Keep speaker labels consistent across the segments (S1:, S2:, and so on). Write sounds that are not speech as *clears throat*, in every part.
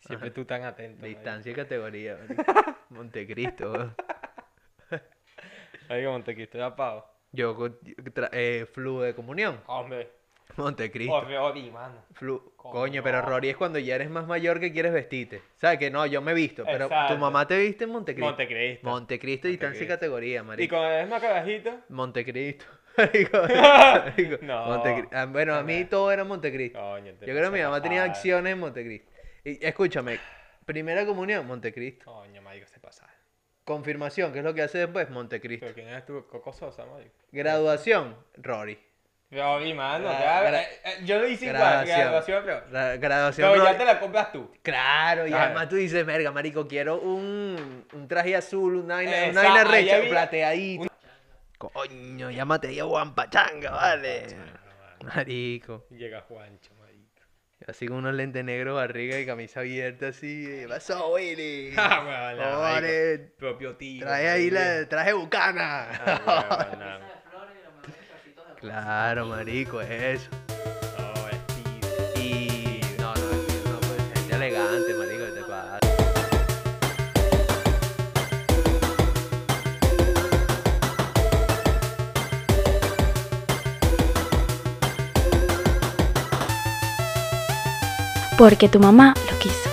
S1: Siempre tú tan atento. marico.
S2: Distancia
S1: *laughs*
S2: y categoría, marico. Montecristo. weón.
S1: Marico, Montecristo era pavo.
S2: Yo con- tra- eh, flu de comunión. *laughs*
S1: Hombre.
S2: Montecristo.
S1: Hombre, Ori, mano.
S2: Flu-
S1: Coño,
S2: Coño, pero
S1: no.
S2: Rory es cuando ya eres más mayor que quieres vestirte. ¿Sabes que No, yo me he visto, pero
S1: Exacto.
S2: tu mamá te viste en Montecristo.
S1: Montecristo.
S2: Montecristo, distancia y
S1: Montecristo.
S2: categoría,
S1: y
S2: marico.
S1: cuando eres más carajito.
S2: Montecristo. *laughs*
S1: *laughs*
S2: Marico, marico,
S1: No.
S2: Montecri- ah, Bueno, a mí
S1: Mamá.
S2: todo era Montecristo.
S1: Coño, te
S2: Yo creo que mi
S1: pasaste
S2: mamá tenía
S1: paja.
S2: acciones en Montecristo. Y escúchame, primera comunión, Montecristo.
S1: Coño, marico, se pasa.
S2: Confirmación, ¿qué es lo que hace después? Montecristo.
S1: Pero quién es tu Coco Sosa, marico.
S2: Graduación, Rory.
S1: Rory, mano.
S2: Gra-
S1: claro,
S2: gra-
S1: eh, eh, yo lo hice igual.
S2: Graduación.
S1: Graduación, pero.
S2: Ra- Graduación,
S1: Pero ya
S2: Rory.
S1: te la compras tú.
S2: Claro, y
S1: Claro.
S2: además tú dices, verga, marico, quiero un, un traje azul, una vaina, una
S1: Exacto,
S2: vaina
S1: ahí
S2: recha,
S1: había-
S2: plateadito. Coño, llámate ya Juan Pachanga, vale. Marico.
S1: Llega Juancho,
S2: *laughs*
S1: marico.
S2: Yo Así con unos lentes negros, barriga y camisa abierta, así. eh, Pasó,
S1: *laughs*
S2: Willy.
S1: Ah, weón, no, marico.
S2: Joder,
S1: Propio tío.
S2: traje ahí la, traje bucana.
S1: Ah,
S2: *laughs*
S1: weón, no.
S2: Claro, marico, es eso.
S1: No, es tío.
S2: Y no, no, es- no, pues gente elegante, marico, ¿qué te pasa?
S3: porque tu mamá lo quiso.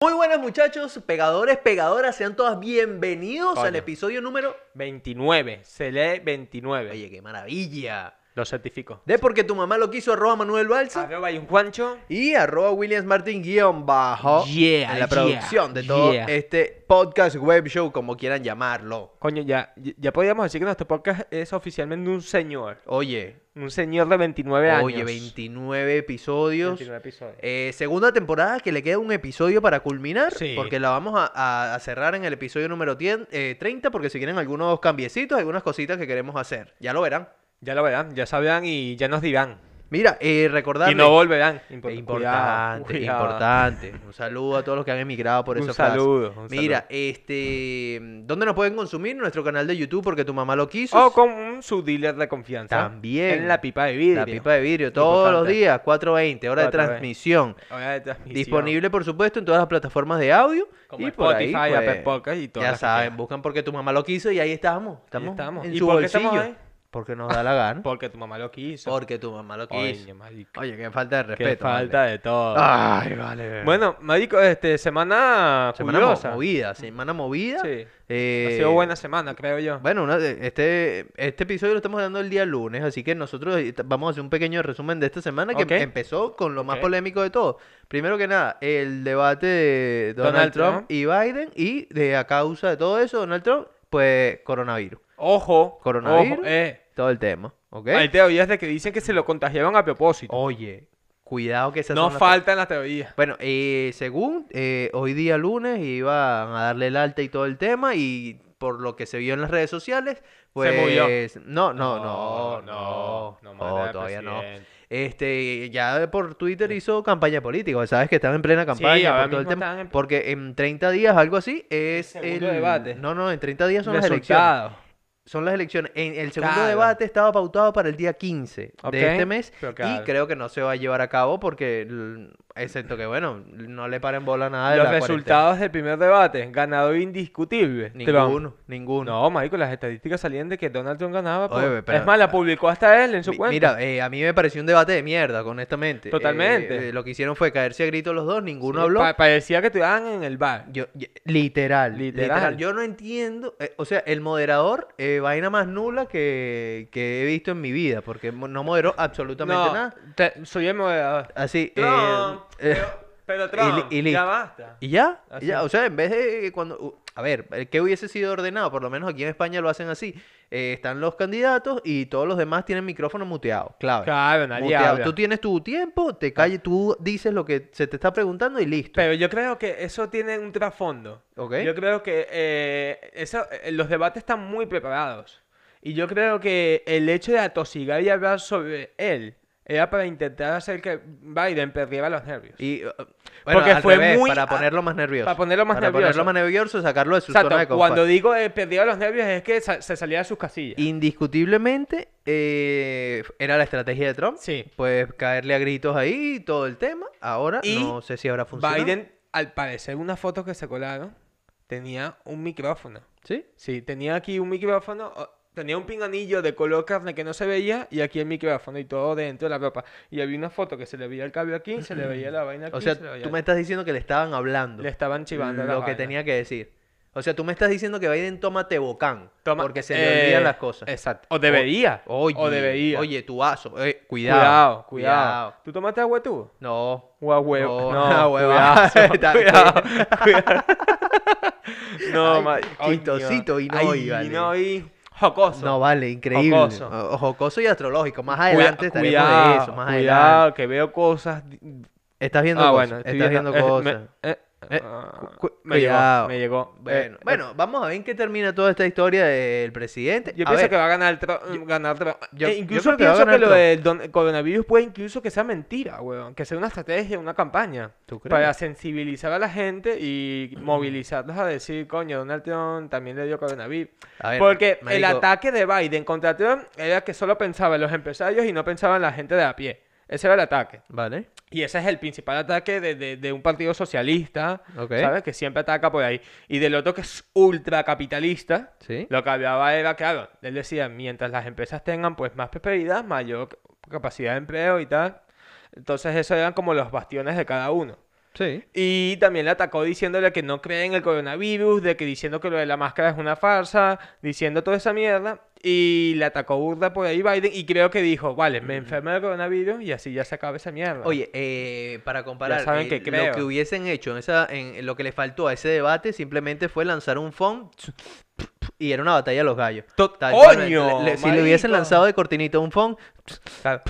S2: Muy buenas muchachos, pegadores, pegadoras, sean todas bienvenidos al
S1: Coño.
S2: episodio número...
S1: 29, se lee 29.
S2: Oye, qué maravilla.
S1: Lo certifico.
S2: De porque tu mamá lo quiso, arroba Manuel Balsa.
S1: Arroba y un Juancho.
S2: Y arroba Williams Martin guión bajo.
S1: Yeah,
S2: en
S1: yeah,
S2: la producción de todo
S1: yeah.
S2: este podcast, web show, como quieran llamarlo.
S1: Coño, ya, ya podríamos decir que nuestro podcast es oficialmente un señor.
S2: Oye,
S1: Un señor de 29 años.
S2: oye, 29 episodios.
S1: 29 episodios.
S2: Eh, segunda temporada que le queda un episodio para culminar,
S1: Sí.
S2: porque la vamos a, a- a cerrar en el episodio número 10, eh, 30, porque si quieren algunos cambiecitos, algunas cositas que queremos hacer, ya lo verán.
S1: Ya lo verán, ya sabrán y ya nos dirán.
S2: Mira, eh, recordarles-
S1: Y no volverán. Import-
S2: Eh,
S1: cuidado,
S2: importante,
S1: cuidado.
S2: importante. Un saludo a todos los que han emigrado por
S1: Un
S2: esa frase.
S1: saludo. un
S2: Mira,
S1: saludo.
S2: este, ¿dónde nos pueden consumir? Nuestro canal de YouTube, porque tu mamá lo quiso.
S1: O Oh, con un- su dealer de confianza.
S2: También.
S1: En la pipa de vidrio.
S2: La pipa de vidrio, todos los
S1: Importante.
S2: días, 4.20, hora de
S1: 4:20.
S2: transmisión.
S1: Hora de transmisión.
S2: Disponible, por supuesto, en todas las plataformas de audio.
S1: Como
S2: y por ahí,
S1: Spotify,
S2: pues,
S1: Apple Podcast y todas
S2: Ya
S1: las que
S2: saben,
S1: quieran.
S2: buscan porque tu mamá lo quiso y ahí estamos. Estamos,
S1: estamos.
S2: en
S1: ¿Y
S2: su
S1: por qué
S2: bolsillo.
S1: estamos ahí?
S2: Porque nos da
S1: *laughs*
S2: la gana.
S1: Porque tu mamá lo quiso.
S2: porque tu mamá lo quiso.
S1: Coño, marico.
S2: Oye, qué falta de
S1: Qué
S2: respeto.
S1: falta
S2: vale. Ah.
S1: de todo.
S2: Ay, vale.
S1: Bueno, marico, este, semana
S2: semana mo-
S1: curiosa.
S2: movida, semana movida.
S1: Mm. Sí.
S2: Eh,
S1: Ha sido buena semana, creo yo.
S2: Bueno, una de- este, este episodio lo estamos dando el día lunes, así que nosotros ahorita vamos a hacer un pequeño resumen de esta semana que
S1: Ok.
S2: empezó con lo más
S1: Ok.
S2: polémico de todo. Primero que nada, el debate de Donald,
S1: Donald
S2: Trump,
S1: Trump.
S2: y Biden y de a causa de todo eso, Donald Trump, pues coronavirus,
S1: Ojo.
S2: Coronavirus.
S1: ojo, eh.
S2: todo el tema, ¿ok?
S1: Hay teorías de que dicen que se lo contagiaron a propósito.
S2: Oye, cuidado que esas
S1: no
S2: son las-
S1: faltan Oh, las teorías.
S2: Bueno, eh, según eh, hoy día lunes iban a darle el alta y todo el tema y por lo que se vio en las redes sociales, pues
S1: murió.
S2: no, no, no, no,
S1: No,
S2: no,
S1: mata al
S2: todavía no.
S1: presidente.
S2: Este, ya por Twitter hizo campaña política, sabes que estaba en plena campaña
S1: ahora
S2: por todo el
S1: mismo
S2: tema,
S1: están en-
S2: porque en 30 días algo así es el,
S1: segundo debate.
S2: No, no, en 30 días son las elecciones.
S1: Resultado.
S2: Son las elecciones. En el segundo
S1: Claro.
S2: debate estaba pautado para el día 15
S1: Ok,
S2: de este mes.
S1: pero
S2: Y
S1: claro.
S2: creo que no se va a llevar a cabo porque, l- excepto que, bueno, no le paren bola a nada de
S1: Los
S2: la cuarentena.
S1: resultados del primer debate. Ganador indiscutible. Trump.
S2: Ninguno, ninguno.
S1: No, marico, las estadísticas salían de que Donald Trump ganaba. por-
S2: Oye, pero-
S1: es más, la publicó hasta él en su
S2: Mi-
S1: cuenta.
S2: Mira, eh, a mí me pareció un debate de mierda, honestamente.
S1: Totalmente.
S2: Eh, eh, lo que hicieron fue caerse a gritos los dos, ninguno
S1: Sí,
S2: habló.
S1: pa- parecía que estuvieran en el bar.
S2: Yo, y- literal, literal,
S1: Literal.
S2: Yo no entiendo. eh, o sea, el moderador, eh, vaina más nula que, que he visto en mi vida, porque mo- no moderó absolutamente
S1: No,
S2: nada.
S1: te- soy el moderador.
S2: Así. eh,
S1: Trump,
S2: eh,
S1: Pero
S2: li- y listo.
S1: basta.
S2: Y ya, y
S1: Así.
S2: ya, o sea, en vez de cuando... u- A ver, eh, ¿qué hubiese sido ordenado? Por lo menos aquí en España lo hacen así. Eh, están los candidatos y todos los demás tienen micrófono muteado, clave.
S1: Claro, nadie
S2: Muteado.
S1: habla.
S2: Tú tienes tu tiempo, te calles, tú dices lo que se te está preguntando y listo.
S1: Pero yo creo que eso tiene un trasfondo.
S2: ¿Ok?
S1: Yo creo que eh, eso- eh, los debates están muy preparados. Y yo creo que el hecho de atosigar y hablar sobre él era para intentar hacer que Biden perdiera los nervios.
S2: Y, uh, bueno,
S1: Porque
S2: al
S1: fue
S2: revés,
S1: muy
S2: Para
S1: a-
S2: ponerlo más nervioso.
S1: para ponerlo más
S2: Para ponerlo
S1: nervioso.
S2: más nervioso, sacarlo de su
S1: Exacto,
S2: zona de confort.
S1: cuando digo eh, perdiera los nervios es que sa- se saliera de sus casillas.
S2: Indiscutiblemente, eh, era la estrategia de Trump.
S1: Sí.
S2: Pues caerle a gritos ahí, todo el tema. Ahora
S1: Y
S2: no sé si habrá funcionado.
S1: Biden, al parecer, una foto que se colaron, tenía un micrófono.
S2: ¿Sí?
S1: Sí, tenía aquí un micrófono, o- tenía un pinganillo de color carne que no se veía y aquí el micrófono y todo dentro de la ropa. Y había una foto que se le veía el cabello aquí, se le veía
S2: *clears throat*
S1: la vaina aquí.
S2: O
S1: se
S2: sea,
S1: le veía
S2: tú
S1: el-
S2: me estás diciendo que le estaban hablando.
S1: Le estaban chivando la
S2: lo que
S1: vaina.
S2: tenía que decir. O sea, tú me estás diciendo que Biden toma Tebocán
S1: Toma-
S2: porque se le olvidan
S1: eh,
S2: las cosas.
S1: Exacto. O debería.
S2: Oye,
S1: o debería.
S2: Oye, tu vaso. eh,
S1: cuidado,
S2: cuidado,
S1: cuidado, ¿Tú tomaste agua tú?
S2: No.
S1: O a huevo. No,
S2: No, *laughs* a huevazo. Está bien.
S1: cuidado, cuidado. *laughs* No,
S2: Ay,
S1: ma- ay,
S2: chistosito
S1: Dios.
S2: y no,
S1: Ay,
S2: y vale.
S1: no, y jocoso.
S2: No vale, increíble.
S1: Jocoso.
S2: O- Jocoso y astrológico. Más
S1: Cuida-
S2: adelante estaremos de
S1: cuidado,
S2: eso. Más
S1: cuidado,
S2: adelante.
S1: que veo cosas. di-
S2: Estás viendo
S1: ah,
S2: cosas.
S1: bueno, estoy
S2: estás
S1: *laughs*
S2: viendo,
S1: eh,
S2: cosas.
S1: Me, eh,
S2: Eh,
S1: ah,
S2: cu- cu-
S1: me llegó,
S2: cuidado.
S1: me llegó.
S2: Bueno,
S1: Eh,
S2: bueno, vamos a ver en qué termina toda esta historia del presidente.
S1: Yo
S2: A
S1: pienso
S2: ver,
S1: que va a ganar Trump. ganar Trump.
S2: yo-
S1: Eh,
S2: yo
S1: incluso
S2: creo que va a
S1: pienso que,
S2: ganar
S1: lo
S2: Trump.
S1: del don- coronavirus puede incluso que sea mentira, weón. Que sea una estrategia, una campaña.
S2: ¿Tú crees?
S1: Para sensibilizar a la gente y movilizarlos a decir, coño, Donald Trump también le dio coronavirus.
S2: a ver,
S1: Porque el
S2: marico,
S1: ataque de Biden contra Trump era que solo pensaba en los empresarios y no pensaba en la gente de a pie. Ese era el ataque.
S2: Vale.
S1: Y ese es el principal ataque de, de- de un partido socialista,
S2: Ok.
S1: ¿sabes? Que siempre ataca por ahí. Y del otro que es ultracapitalista,
S2: Sí.
S1: lo que hablaba era, claro, él decía, mientras las empresas tengan pues más prosperidad, mayor c- capacidad de empleo y tal. Entonces eso eran como los bastiones de cada uno.
S2: Sí.
S1: Y también le atacó diciéndole que no cree en el coronavirus, de que diciendo que lo de la máscara es una farsa, diciendo toda esa mierda. Y le atacó burda por ahí Biden y creo que dijo, vale, me enfermo del coronavirus y así ya se acaba esa mierda.
S2: Mm. Oye, eh, para comparar,
S1: Ya saben
S2: eh,
S1: que
S2: lo
S1: creo.
S2: que hubiesen hecho en esa, en lo que le faltó a ese debate simplemente fue lanzar un phone y era una batalla de los gallos.
S1: To-
S2: Tal cual, le-
S1: ¡Coño,
S2: le- si le hubiesen
S1: marico!
S2: lanzado de cortinita un phone,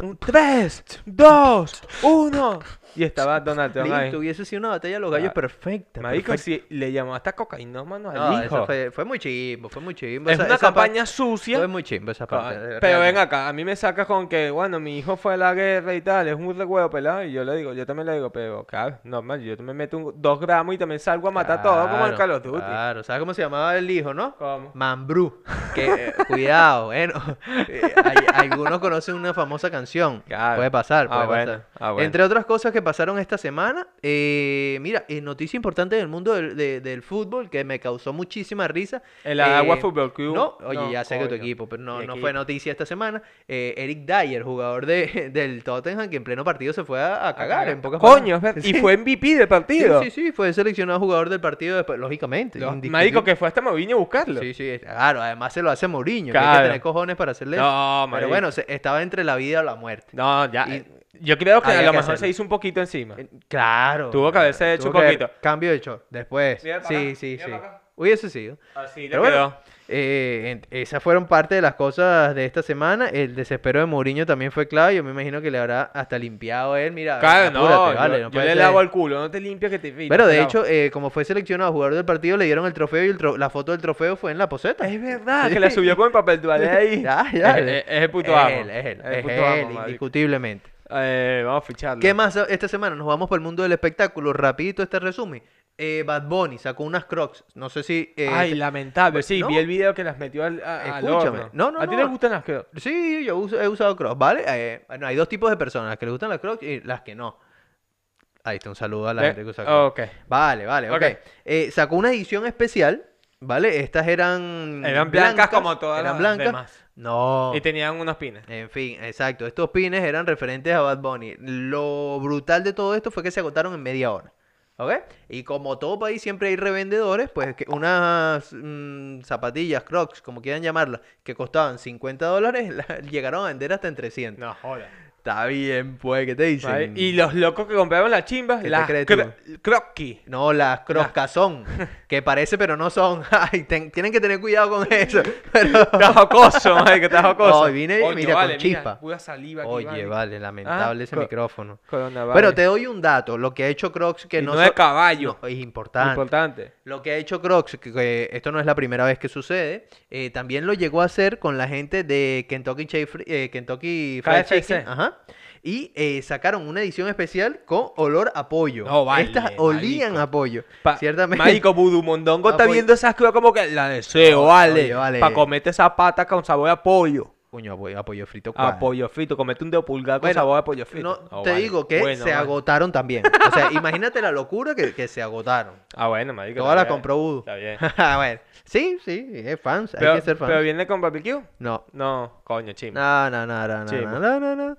S1: Un 3, 2, 1. Y estaba Donald Trump
S2: listo,
S1: ahí.
S2: hubiese sido una batalla de los gallos
S1: Ah,
S2: perfecta.
S1: Marico,
S2: perfecta.
S1: si le llamó hasta cocainómano al
S2: No, eso
S1: hijo.
S2: fue, fue muy chimbo, fue muy chimbo.
S1: Es
S2: Esa-
S1: una
S2: esa par-
S1: campaña sucia.
S2: Fue muy chimbo esa parte.
S1: Claro, Pero
S2: de-
S1: ven
S2: realmente.
S1: acá, a mí me sacas con que, bueno, mi hijo fue a la guerra y tal, es un recuerdo pelado. Y yo le digo, yo también le digo, pero claro, normal, yo me meto un- dos gramos y también salgo a matar todo como en Call
S2: Claro,
S1: of Duty.
S2: Claro, ¿sabes cómo se llamaba el hijo, no?
S1: ¿Cómo?
S2: Mambrú. Que, eh, cuidado, *laughs* bueno. eh, hay- algunos conocen una famosa canción.
S1: Claro.
S2: Puede pasar, puede
S1: Ah, bueno,
S2: pasar.
S1: ah, bueno.
S2: Entre otras cosas que pasaron esta semana, eh, mira, eh, noticia importante del mundo del, de- del fútbol que me causó muchísima risa.
S1: El
S2: Eh,
S1: Agua Fútbol Club.
S2: No, oye,
S1: No,
S2: ya sé que tu
S1: coño.
S2: equipo, pero no,
S1: Mi
S2: no
S1: equipo.
S2: fue noticia esta semana. Eh, Eric Dyer, jugador de, *laughs* del Tottenham, que en pleno partido se fue a, a cagar en pocas
S1: Coño, es
S2: palabras.
S1: verdad,
S2: *laughs* Sí.
S1: y fue MVP del
S2: Sí,
S1: partido.
S2: sí, sí, fue seleccionado jugador del partido después, lógicamente.
S1: Lo-
S2: indiscutible.
S1: Marico, que fue hasta Mourinho a buscarlo.
S2: Sí, sí, claro, además se lo hace Mourinho, que hay que
S1: Claro.
S2: tener cojones para hacerle eso.
S1: No,
S2: Pero
S1: marico.
S2: bueno, se- estaba entre la vida o la muerte.
S1: No, ya.
S2: Y-
S1: eh, Yo creo que
S2: Había
S1: a lo
S2: que
S1: mejor
S2: hacerlo.
S1: se hizo un poquito encima.
S2: Eh, Claro.
S1: Tuvo que haberse
S2: claro,
S1: hecho
S2: tuvo
S1: un
S2: que haber-
S1: poquito.
S2: Cambio de short, después.
S1: Mira para
S2: sí,
S1: acá,
S2: sí,
S1: mira
S2: sí.
S1: para acá.
S2: Hubiese sido.
S1: Así ah, le
S2: Pero bueno,
S1: quedó.
S2: eh, en- esas fueron parte de las cosas de esta semana. El desespero de Mourinho también fue clave. Yo me imagino que le habrá hasta limpiado él. Mira,
S1: Claro, no,
S2: apúrate,
S1: yo-
S2: vale,
S1: yo,
S2: no puede
S1: le
S2: ser.
S1: lavo el culo, no te limpia que te
S2: Pero de
S1: te lavo.
S2: hecho, eh, como fue seleccionado jugador del partido, le dieron el trofeo y el tro- la foto del trofeo fue en la poseta.
S1: Es verdad,
S2: Sí.
S1: Ah, que la subió con el papel dual
S2: *laughs*
S1: ahí.
S2: Ya, ya.
S1: Es, es- es el puto
S2: Es
S1: amo.
S2: él, es él,
S1: el
S2: es
S1: puto
S2: él,
S1: amo, marico.
S2: indiscutiblemente.
S1: Eh, vamos a ficharlo.
S2: ¿Qué más esta semana? Nos vamos por el mundo del espectáculo. Rapidito este resumen. Eh, Bad Bunny sacó unas crocs. No sé si... eh,
S1: Ay, lamentable. Sí,
S2: no.
S1: vi el video que las metió al, a- al
S2: Escúchame,
S1: horno.
S2: no, no,
S1: ¿A ti
S2: no.
S1: te gustan las que...
S2: Sí, yo uso- he usado crocs, ¿vale? Eh, bueno, hay dos tipos de personas, las que les gustan las crocs y las que no. Ahí está un saludo a la
S1: Eh,
S2: gente que usa crocs.
S1: ok.
S2: Vale, vale, ok.
S1: Ok.
S2: Eh, sacó una edición especial, ¿vale? Estas eran...
S1: Eran blancas como todas
S2: eran
S1: las
S2: blancas. Oh.
S1: demás.
S2: No.
S1: Y tenían unos pines.
S2: En fin, exacto. Estos pines eran referentes a Bad Bunny. Lo brutal de todo esto fue que se agotaron en media hora. ¿Ok? Y como todo país siempre hay revendedores, pues que unas mm, zapatillas, crocs, como quieran llamarlas, que costaban 50 dólares, *laughs* la- llegaron a vender hasta en 300.
S1: No, joda.
S2: Está bien, pues, ¿qué te dicen?
S1: Vale, Y los locos que compraron las chimbas,
S2: ¿Qué te
S1: las
S2: crees
S1: cro- croquis.
S2: No, las croscazón, que parece pero no son. *laughs* Ay, ten- tienen que tener cuidado con eso. Pero...
S1: Estás
S2: *laughs*
S1: jocoso, marico, estás jocoso.
S2: Ay, vine,
S1: Coño,
S2: mira, con
S1: vale,
S2: chispa.
S1: pura saliva aquí,
S2: Oye, vale, lamentable ese
S1: co-
S2: micrófono.
S1: Corona,
S2: Pero
S1: vale.
S2: te doy un dato, lo que ha hecho Crocs que
S1: Y
S2: no
S1: no de
S2: so-
S1: caballo.
S2: no, es importante.
S1: Importante.
S2: Lo que ha hecho Crocs, que, que esto no es la primera vez que sucede, eh, también lo llegó a hacer con la gente de Kentucky, Chai- Fri- eh, Kentucky Fried
S1: KFC.
S2: Chicken, ajá, y eh, sacaron una edición especial con olor a pollo.
S1: No vale,
S2: Estas olían
S1: marico.
S2: a pollo,
S1: Pa-
S2: ciertamente.
S1: Marico, Vudú Mondongo
S2: Ah,
S1: está
S2: voy.
S1: viendo esas cosas como que la deseo,
S2: Oye,
S1: vale.
S2: vale.
S1: Para comerte esa pata con sabor a pollo.
S2: *laughs* Coño, apoyo, apoyo frito. cuadra.
S1: A pollo frito, comete un dedo pulgar con
S2: Bueno,
S1: sabor a pollo frito.
S2: No,
S1: Ah,
S2: te
S1: vale.
S2: digo que
S1: Bueno,
S2: se
S1: vale.
S2: agotaron también. O sea, *laughs* imagínate la locura que, que se agotaron.
S1: Ah, bueno, marico.
S2: Toda la
S1: está bien.
S2: compró Voodoo.
S1: Está bien.
S2: *laughs* A ver, sí, sí, es fans, hay
S1: Pero,
S2: que ser fans.
S1: pero viene con barbecue.
S2: No,
S1: No, coño, chimo.
S2: no, no, no, no, no,
S1: Sí, pues.
S2: no, no, no, no.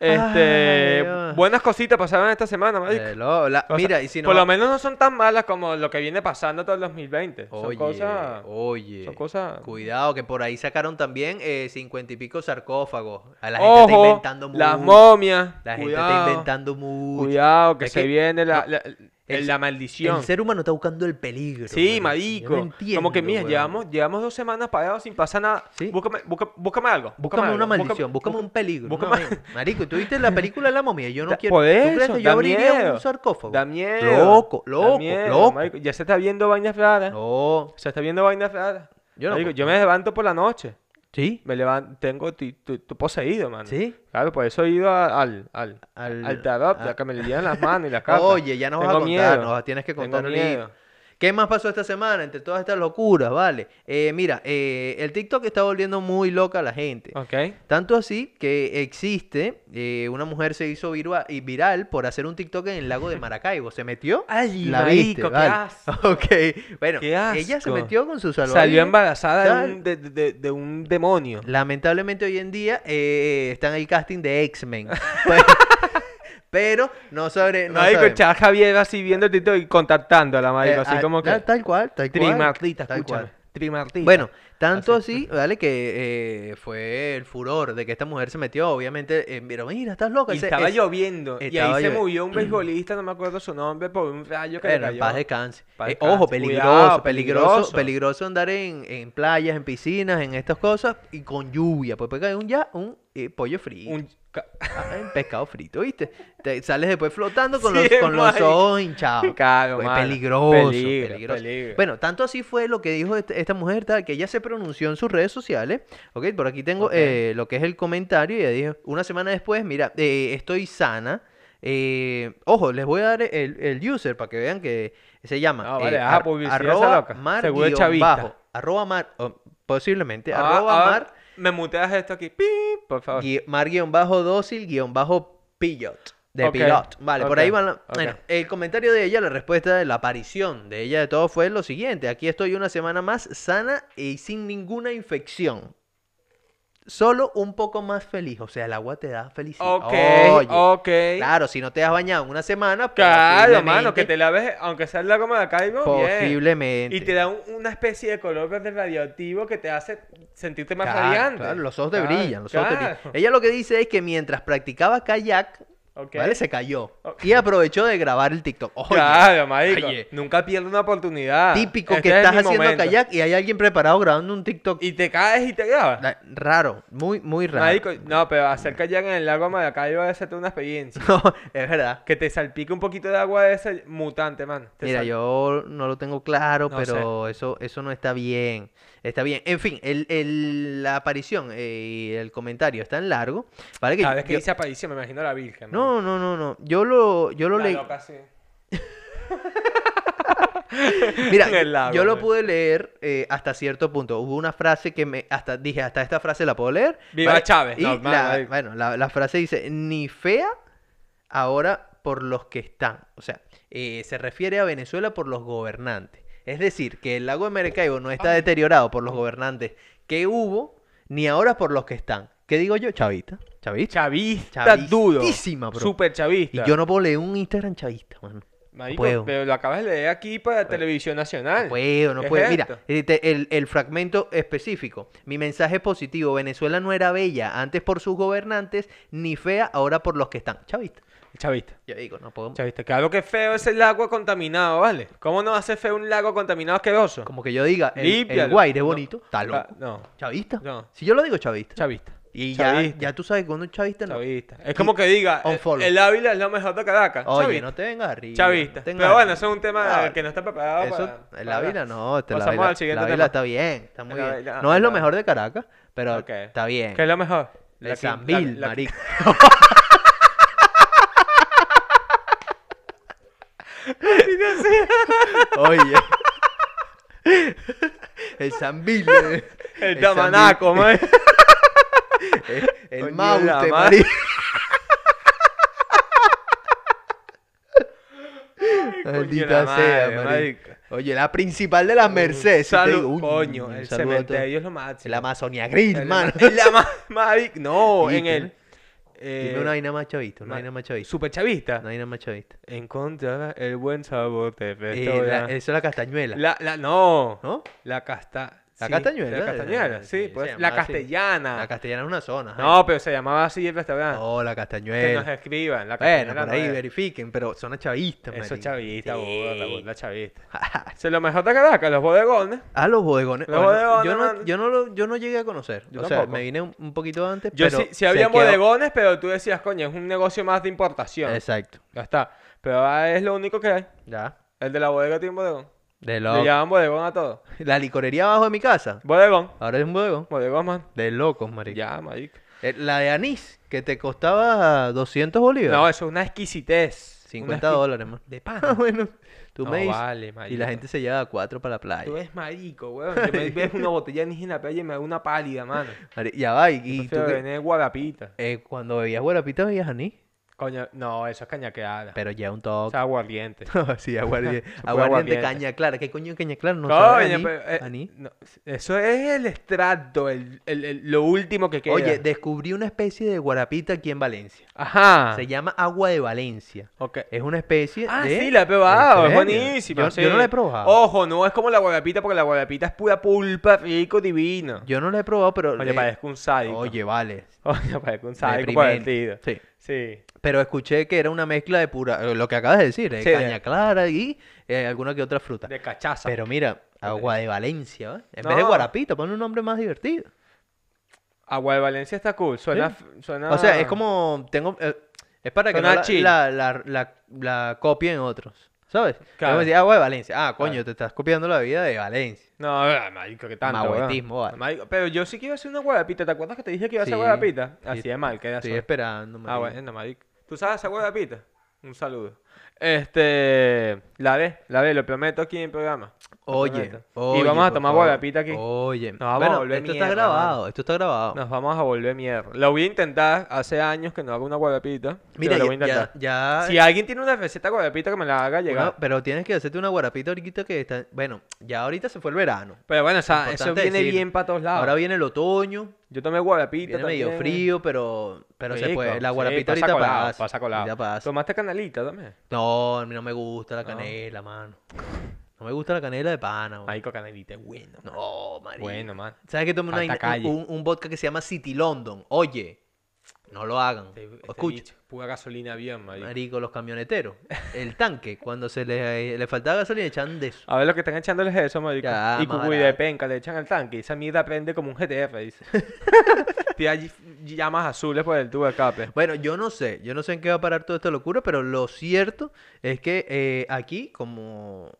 S2: Ay,
S1: Este,
S2: Dios.
S1: buenas cositas pasaron esta semana, marico.
S2: Eh, lo- la-
S1: O sea,
S2: mira, y si no...
S1: Por pues lo menos no son tan malas como lo que viene pasando todo el 2020. son
S2: Oye,
S1: cosas.
S2: oye.
S1: Son cosas.
S2: Cuidado, que por ahí sacaron también eh, cincuenta y pico sarcófagos. A la gente
S1: Ojo,
S2: está inventando mucho.
S1: las momias.
S2: La gente
S1: cuidado,
S2: está inventando mucho.
S1: Cuidado, que
S2: Es
S1: se
S2: que-
S1: viene la,
S2: no,
S1: la-
S2: el-
S1: la maldición.
S2: El ser humano está buscando el peligro.
S1: Sí,
S2: weón.
S1: marico.
S2: Yo no
S1: Como que,
S2: entiendo,
S1: mira,
S2: weón.
S1: llevamos, llevamos dos semanas parados sin pasar nada.
S2: Sí.
S1: Búscame, busca- búscame algo.
S2: Búscame una
S1: algo,
S2: maldición, búscame, un peligro.
S1: búscame-
S2: una vaina. Marico, ¿tú
S1: *laughs*
S2: viste la película La momia? Yo no
S1: Da-
S2: quiero.
S1: por
S2: ¿Tú crees
S1: eso,
S2: que
S1: da
S2: yo abriría
S1: miedo,
S2: un sarcófago?
S1: Da miedo.
S2: Loco,
S1: da
S2: loco,
S1: miedo,
S2: loco.
S1: marico. Ya se está viendo vainas raras.
S2: No.
S1: Se está viendo vainas raras.
S2: Yo no
S1: Marico,
S2: puedo.
S1: yo me levanto por la noche.
S2: ¿Sí?
S1: Me levanto, tengo, tu poseído, mano.
S2: ¿Sí?
S1: Claro, por eso he ido a- al, al,
S2: Al-
S1: al, tarot,
S2: a-
S1: que me le llenan las manos y las cartas.
S2: Oye, ya nos vas a
S1: Tengo
S2: contar,
S1: miedo,
S2: nos tienes que
S1: tengo
S2: contar ahorita.
S1: miedo.
S2: ¿Qué más pasó esta semana entre todas estas locuras, vale? Eh, mira, eh, el TikTok está volviendo muy loca a la gente.
S1: Ok.
S2: Tanto así que existe, eh, una mujer se hizo virua- y viral por hacer un TikTok en el lago de Maracaibo. ¿Se metió?
S1: *laughs* Ay,
S2: la
S1: marico,
S2: viste,
S1: qué
S2: vale.
S1: asco.
S2: *laughs* Ok, bueno,
S1: Qué
S2: ella se
S1: asco.
S2: metió con su salvavidas.
S1: Salió embarazada
S2: tal.
S1: de un, de, de- de un demonio.
S2: Lamentablemente hoy en día eh, está en el casting
S1: *laughs*
S2: de X-Men. Pero- Pero no sobre... No
S1: marico,
S2: sabemos.
S1: chaval Javier así viendo el título y contactando a la marico,
S2: Eh,
S1: así
S2: ah,
S1: como que...
S2: tal- Tal cual, tal cual.
S1: Trimartita,
S2: tal cual.
S1: escúchame. Trimartita.
S2: Bueno, tanto así, ¿vale? Que eh, fue el furor de que esta mujer se metió, obviamente, eh, pero mira, estás loca.
S1: Y
S2: ese-
S1: estaba
S2: ese-
S1: lloviendo. Y
S2: estaba
S1: ahí se
S2: lloviendo.
S1: murió
S2: *clears throat*
S1: un beisbolista, no me acuerdo su nombre, por un rayo que le
S2: Bueno, en
S1: cayó.
S2: paz descanse.
S1: Paz
S2: Eh,
S1: descanse.
S2: ojo, peligroso,
S1: Cuidado,
S2: peligroso, peligroso,
S1: peligroso.
S2: andar en, en playas, en piscinas, en estas cosas, y con lluvia, pues puede caer un ya, un eh, pollo frito,
S1: Un ca-
S2: ah, un pescado frito, ¿viste? Te sales después flotando
S1: *laughs*
S2: con,
S1: Sí, pues
S2: los, con los
S1: marico.
S2: ojos hinchados.
S1: Claro,
S2: Pues,
S1: mano.
S2: peligroso,
S1: Peligro,
S2: peligroso.
S1: peligro.
S2: Bueno, tanto así fue lo que dijo este- esta mujer, tal, que ella se pronunció en sus redes sociales. Ok, por aquí tengo
S1: Ok.
S2: eh, lo que es el comentario. y Ella dijo, una semana después, mira, eh, estoy sana. Eh, ojo, les voy a dar el, el user para que vean que se llama
S1: Ah,
S2: eh,
S1: vale, haz la publicidad esa
S2: arroba
S1: loca.
S2: mar
S1: Seguro es
S2: guión
S1: chavista.
S2: bajo, arroba mar, oh, posiblemente,
S1: Ah,
S2: Este, arroba
S1: ah,
S2: mar,
S1: Me muteas esto aquí. Pi, por favor.
S2: gui- mar guión bajo dócil guión bajo pilot. De
S1: Ok,
S2: pilot. Vale, por ahí
S1: ok,
S2: van. la-
S1: ok.
S2: Bueno, el comentario de ella, la respuesta de la aparición de ella de todo fue lo siguiente: aquí estoy una semana más sana y sin ninguna infección. Solo un poco más feliz. O sea, el agua te da felicidad.
S1: Ok,
S2: Oye,
S1: ok.
S2: Claro, si no te has bañado en una semana, pues,
S1: Claro, mano, que
S2: posiblemente-
S1: te laves, aunque sea la goma de Caibo, bien.
S2: Posiblemente.
S1: Y te da un- una especie de color verde radioactivo que te hace sentirte más
S2: Claro,
S1: radiante.
S2: claro, los ojos te
S1: Claro,
S2: brillan, los ojos te brillan.
S1: claro.
S2: Ella lo que dice es que mientras practicaba kayak,
S1: Ok.
S2: ¿vale? Se cayó.
S1: Ok.
S2: Y aprovechó de grabar el TikTok. Oye,
S1: Claro, marico.
S2: oye,
S1: Nunca pierdes una oportunidad.
S2: típico
S1: Este
S2: que
S1: es
S2: estás
S1: mi
S2: haciendo
S1: momento.
S2: kayak y hay alguien preparado grabando un TikTok.
S1: Y te caes y te grabas.
S2: Da- Raro, muy, muy raro.
S1: Marico, no, pero hacer kayak en el lago Maracaibo debe ser toda una experiencia.
S2: *laughs* No, es verdad.
S1: que te salpique un poquito de agua de ese mutante, man. Te
S2: Mira,
S1: sal-
S2: yo no lo tengo claro,
S1: No
S2: pero eso, eso no está bien. Está bien. En fin, el, el- la aparición eh, y el comentario es tan largo. ¿vale? Que
S1: Cada
S2: yo-
S1: vez que
S2: yo-
S1: dice aparición, me imagino a la Virgen. man.
S2: No, no, no, no. Yo lo, yo lo
S1: La
S2: leí.
S1: loca, sí.
S2: Mira,
S1: *laughs* En el lago,
S2: yo lo
S1: pues.
S2: pude leer eh, hasta cierto punto. Hubo una frase que me hasta dije, hasta esta frase la puedo leer.
S1: Viva Chávez,
S2: Y
S1: normal,
S2: la-
S1: ahí.
S2: bueno, la, la frase dice, ni fea ahora por los que están. O sea, eh, se refiere a Venezuela por los gobernantes. Es decir, que el lago de Maracaibo no
S1: Ah.
S2: está deteriorado por los gobernantes que hubo, ni ahora por los que están. ¿Qué digo yo? Chavista. Chavista.
S1: Chavista, duro.
S2: Chavistísima, bro.
S1: Super
S2: Y
S1: chavista.
S2: yo no puedo leer un Instagram chavista, mano.
S1: Marico,
S2: puedo.
S1: pero lo acabas de leer aquí para Televisión Nacional.
S2: No puedo, no
S1: ¿Qué es
S2: puedo.
S1: esto?
S2: Mira, eh, te- el, el fragmento específico. Mi mensaje positivo. Venezuela no era bella antes por sus gobernantes, ni fea ahora por los que están. Chavista.
S1: Chavista.
S2: Yo digo, no puedo.
S1: Chavista. Claro que feo es el agua contaminado, ¿vale? ¿Cómo no hace feo un lago contaminado asqueroso?
S2: Como que yo diga, el, el
S1: Límpialo.
S2: Guaire es
S1: No.
S2: bonito. Está
S1: Ah,
S2: loco.
S1: No,
S2: Chavista.
S1: No.
S2: Si yo lo digo, chavista.
S1: chavista.
S2: Y ya,
S1: Chavista.
S2: ya tú sabes cuando es chavista, no.
S1: Chavista. Es como que diga,
S2: on
S1: eh,
S2: follow.
S1: el Ávila es lo mejor de Caracas.
S2: Oye,
S1: chavista.
S2: no te vengas arriba.
S1: Chavista.
S2: no te vengas
S1: Pero bueno,
S2: arriba.
S1: eso es un tema
S2: Claro.
S1: que no está preparado
S2: Eso,
S1: para...
S2: la
S1: para-
S2: vila no, este, la
S1: Pasamos
S2: vila,
S1: al siguiente
S2: la vila
S1: tema.
S2: está bien, está muy
S1: La
S2: bien.
S1: vila-
S2: no es lo
S1: la-
S2: mejor de Caracas, pero
S1: Ok.
S2: está bien.
S1: ¿Qué es lo mejor?
S2: El
S1: La qui-
S2: Sambil,
S1: la- la- *laughs*
S2: marico. Oye. El eh. Sambil. eh.
S1: El
S2: Sambil.
S1: tamanaco, man.
S2: Eh, *laughs* El
S1: Coño,
S2: maute,
S1: la madre.
S2: *laughs* marico. Maldita sea, marico. Oye, la principal de las Mercedes. si te digo,
S1: Salud,
S2: uy,
S1: coño,
S2: un
S1: el
S2: saludo a todos.
S1: cementerio es lo máximo.
S2: La Amazonia Grill,
S1: El *laughs*
S2: mano.
S1: ama- el ama- marico, no,
S2: Sí,
S1: en el...
S2: tiene-
S1: eh,
S2: *laughs* Dime una vaina más chavista, una
S1: ma-
S2: vaina más chavista.
S1: Superchavista.
S2: Una vaina más chavista.
S1: Encontrar el buen sabor de
S2: Eh,
S1: Venezuela.
S2: la- eso es la castañuela.
S1: La, la, no.
S2: ¿No?
S1: La casta.
S2: La
S1: sí,
S2: castañuela,
S1: La
S2: eh,
S1: castañuela,
S2: sí,
S1: sí.
S2: se
S1: pues, la
S2: llamaba así.
S1: castellana.
S2: La castellana es una zona. ajá.
S1: no, ah. pero se llamaba así el restaurante.
S2: No,
S1: que nos
S2: la castañuela.
S1: escriban. La
S2: Bueno,
S1: castañuela
S2: por ahí
S1: no es.
S2: verifiquen, pero zona chavista,
S1: Eso es
S2: marico.
S1: chavista,
S2: Sí.
S1: burda, la burda chavista. Se lo mejor de Caracas, los bodegones.
S2: *laughs* A los bodegones.
S1: Los
S2: Bueno, yo,
S1: bodegones,
S2: no,
S1: man.
S2: yo, no lo, yo no llegué a conocer.
S1: Yo
S2: o sea,
S1: tampoco.
S2: me vine un, un poquito antes.
S1: Yo
S2: pero
S1: sí, sí había
S2: se quedó-
S1: bodegones, pero tú decías, coño, es un negocio más de importación.
S2: Exacto.
S1: Ya está. Pero ahora es lo único que hay.
S2: Ya.
S1: El de la bodega tiene un bodegón.
S2: De
S1: Le
S2: loco.
S1: llaman bodegón a todo.
S2: La licorería abajo de mi casa.
S1: Bodegón.
S2: Ahora es un bodegón.
S1: Bodegón, man.
S2: De locos, marico.
S1: Ya, marico.
S2: Eh, La de anís, que te costaba 200 bolívares.
S1: No, eso es una exquisitez. Una
S2: 50
S1: exqui-
S2: dólares, man. *laughs*
S1: De
S2: Ah,
S1: pan.
S2: bueno. Tú
S1: No
S2: me dices.
S1: vale,
S2: y la
S1: marico.
S2: gente se lleva a cuatro para la playa.
S1: Tú eres marico, weón. Yo
S2: *laughs*
S1: me ves una botella de anís en la playa y me da una pálida, mano.
S2: Mari- Ya va, y, y
S1: Y
S2: tú
S1: tú
S2: que-
S1: venir guadapita.
S2: eh, cuando bebías guarapita bebías anís,
S1: Coño, no, eso es cañaqueada.
S2: pero ya un
S1: O
S2: toque.
S1: sea, aguardiente.
S2: *laughs*
S1: *laughs*
S2: sí, aguardiente,
S1: Puro
S2: aguardiente,
S1: aguardiente.
S2: caña clara. ¿Qué coño es caña clara? No sabe
S1: Coño,
S2: anís,
S1: pero, eh,
S2: anís.
S1: no, eso es el extracto, el, el- el- lo último que queda.
S2: Oye, descubrí una especie de guarapita aquí en Valencia.
S1: Ajá.
S2: Se llama agua de Valencia.
S1: Ok.
S2: Es una especie
S1: Ah,
S2: de...
S1: sí, la he
S2: ¿En
S1: probado, es
S2: serio?
S1: buenísima.
S2: Yo, yo no
S1: sí.
S2: la he probado.
S1: Ojo, no es como la guadapita, porque la guadapita es pura pulpa, rico, divino.
S2: Yo no la he probado, pero...
S1: Oye,
S2: eh,
S1: parezco un sádico.
S2: Oye, vale.
S1: *laughs* Oye, parezco un sádico
S2: deprimente.
S1: partido.
S2: Sí.
S1: Sí.
S2: Pero escuché que era una mezcla de pura... eh, Lo que acabas de decir, eh,
S1: Sí, de-
S2: caña clara y eh, alguna que otra fruta.
S1: De cachaza.
S2: Pero mira, agua de Valencia, ¿eh? En vez de
S1: No.
S2: guarapita, pon un nombre más divertido.
S1: Agua de Valencia está cool. Suena. suena...
S2: O sea, es como. Tengo. eh, es para que
S1: Suena
S2: no la,
S1: chill.
S2: la, la, la, la copien otros. ¿Sabes?
S1: Claro.
S2: Vamos a decir, agua de Valencia. Ah, coño,
S1: Claro.
S2: te estás copiando la vida de Valencia.
S1: No, ah, marico, que tanto. weón.
S2: Mahuetismo, vale.
S1: Marico, Pero yo sí quiero hacer una guadapita. ¿Te acuerdas que te dije que iba a hacer
S2: Sí,
S1: guadapita?
S2: sí.
S1: Así de mal, queda
S2: Estoy
S1: sola.
S2: esperando.
S1: Ah,
S2: marico.
S1: bueno, marico. ¿Tú sabes hacer guadapita? Un saludo. Este. La ve, la ve, lo prometo aquí en el programa. Lo
S2: Oye,
S1: prometo.
S2: oye.
S1: Y vamos a
S2: por
S1: tomar
S2: favor. Oh.
S1: guadapita aquí.
S2: Oye.
S1: vamos a
S2: bueno,
S1: volver
S2: esto está
S1: mierda,
S2: grabado. Esto está grabado.
S1: Nos vamos a volver mierda. Lo voy a intentar. Hace años que no hago una guadapita.
S2: Mira,
S1: pero lo
S2: ya.
S1: voy a
S2: ya,
S1: intentar.
S2: ya-
S1: Si alguien tiene una receta guadapita que me la haga llegar.
S2: una- pero tienes que hacerte una guarapita ahorita que está. Bueno, ya ahorita se fue el verano.
S1: Pero bueno, o sea, eso
S2: Importante
S1: viene
S2: decirlo.
S1: bien para todos lados.
S2: Ahora viene el otoño.
S1: Yo tomé guarapita.
S2: Viene medio
S1: también.
S2: frío, pero, pero se
S1: Rico,
S2: puede. La
S1: sí,
S2: guarapita
S1: pasa
S2: ahorita
S1: colado,
S2: pasa.
S1: pasa colado.
S2: ahorita pasa.
S1: ¿Tomaste canalita también?
S2: No, a mí no me gusta la
S1: No.
S2: canela, mano. No me gusta la canela de pana, güey.
S1: Marico, canalita es bueno.
S2: No, marico.
S1: Bueno, man.
S2: ¿Sabes que tomé una
S1: Falta
S2: vaina-
S1: calle.
S2: un, un vodka que se llama City London? Oye, no lo hagan.
S1: Este- este
S2: Escucha,
S1: bicho, pura gasolina bien, marico.
S2: marico, los camioneteros. El tanque, cuando se le, le faltaba gasolina, echaban de eso.
S1: A ver lo que están echándoles es eso, marico.
S2: Ya,
S1: y
S2: más
S1: cucuy de
S2: barato.
S1: penca le echan al tanque. Y esa mierda prende como un GTF,
S2: *laughs*
S1: dice. Tira ll- llamas azules por el tubo de escape.
S2: Bueno, yo no sé, yo no sé en qué va a parar toda esta locura, pero lo cierto es que eh, aquí, como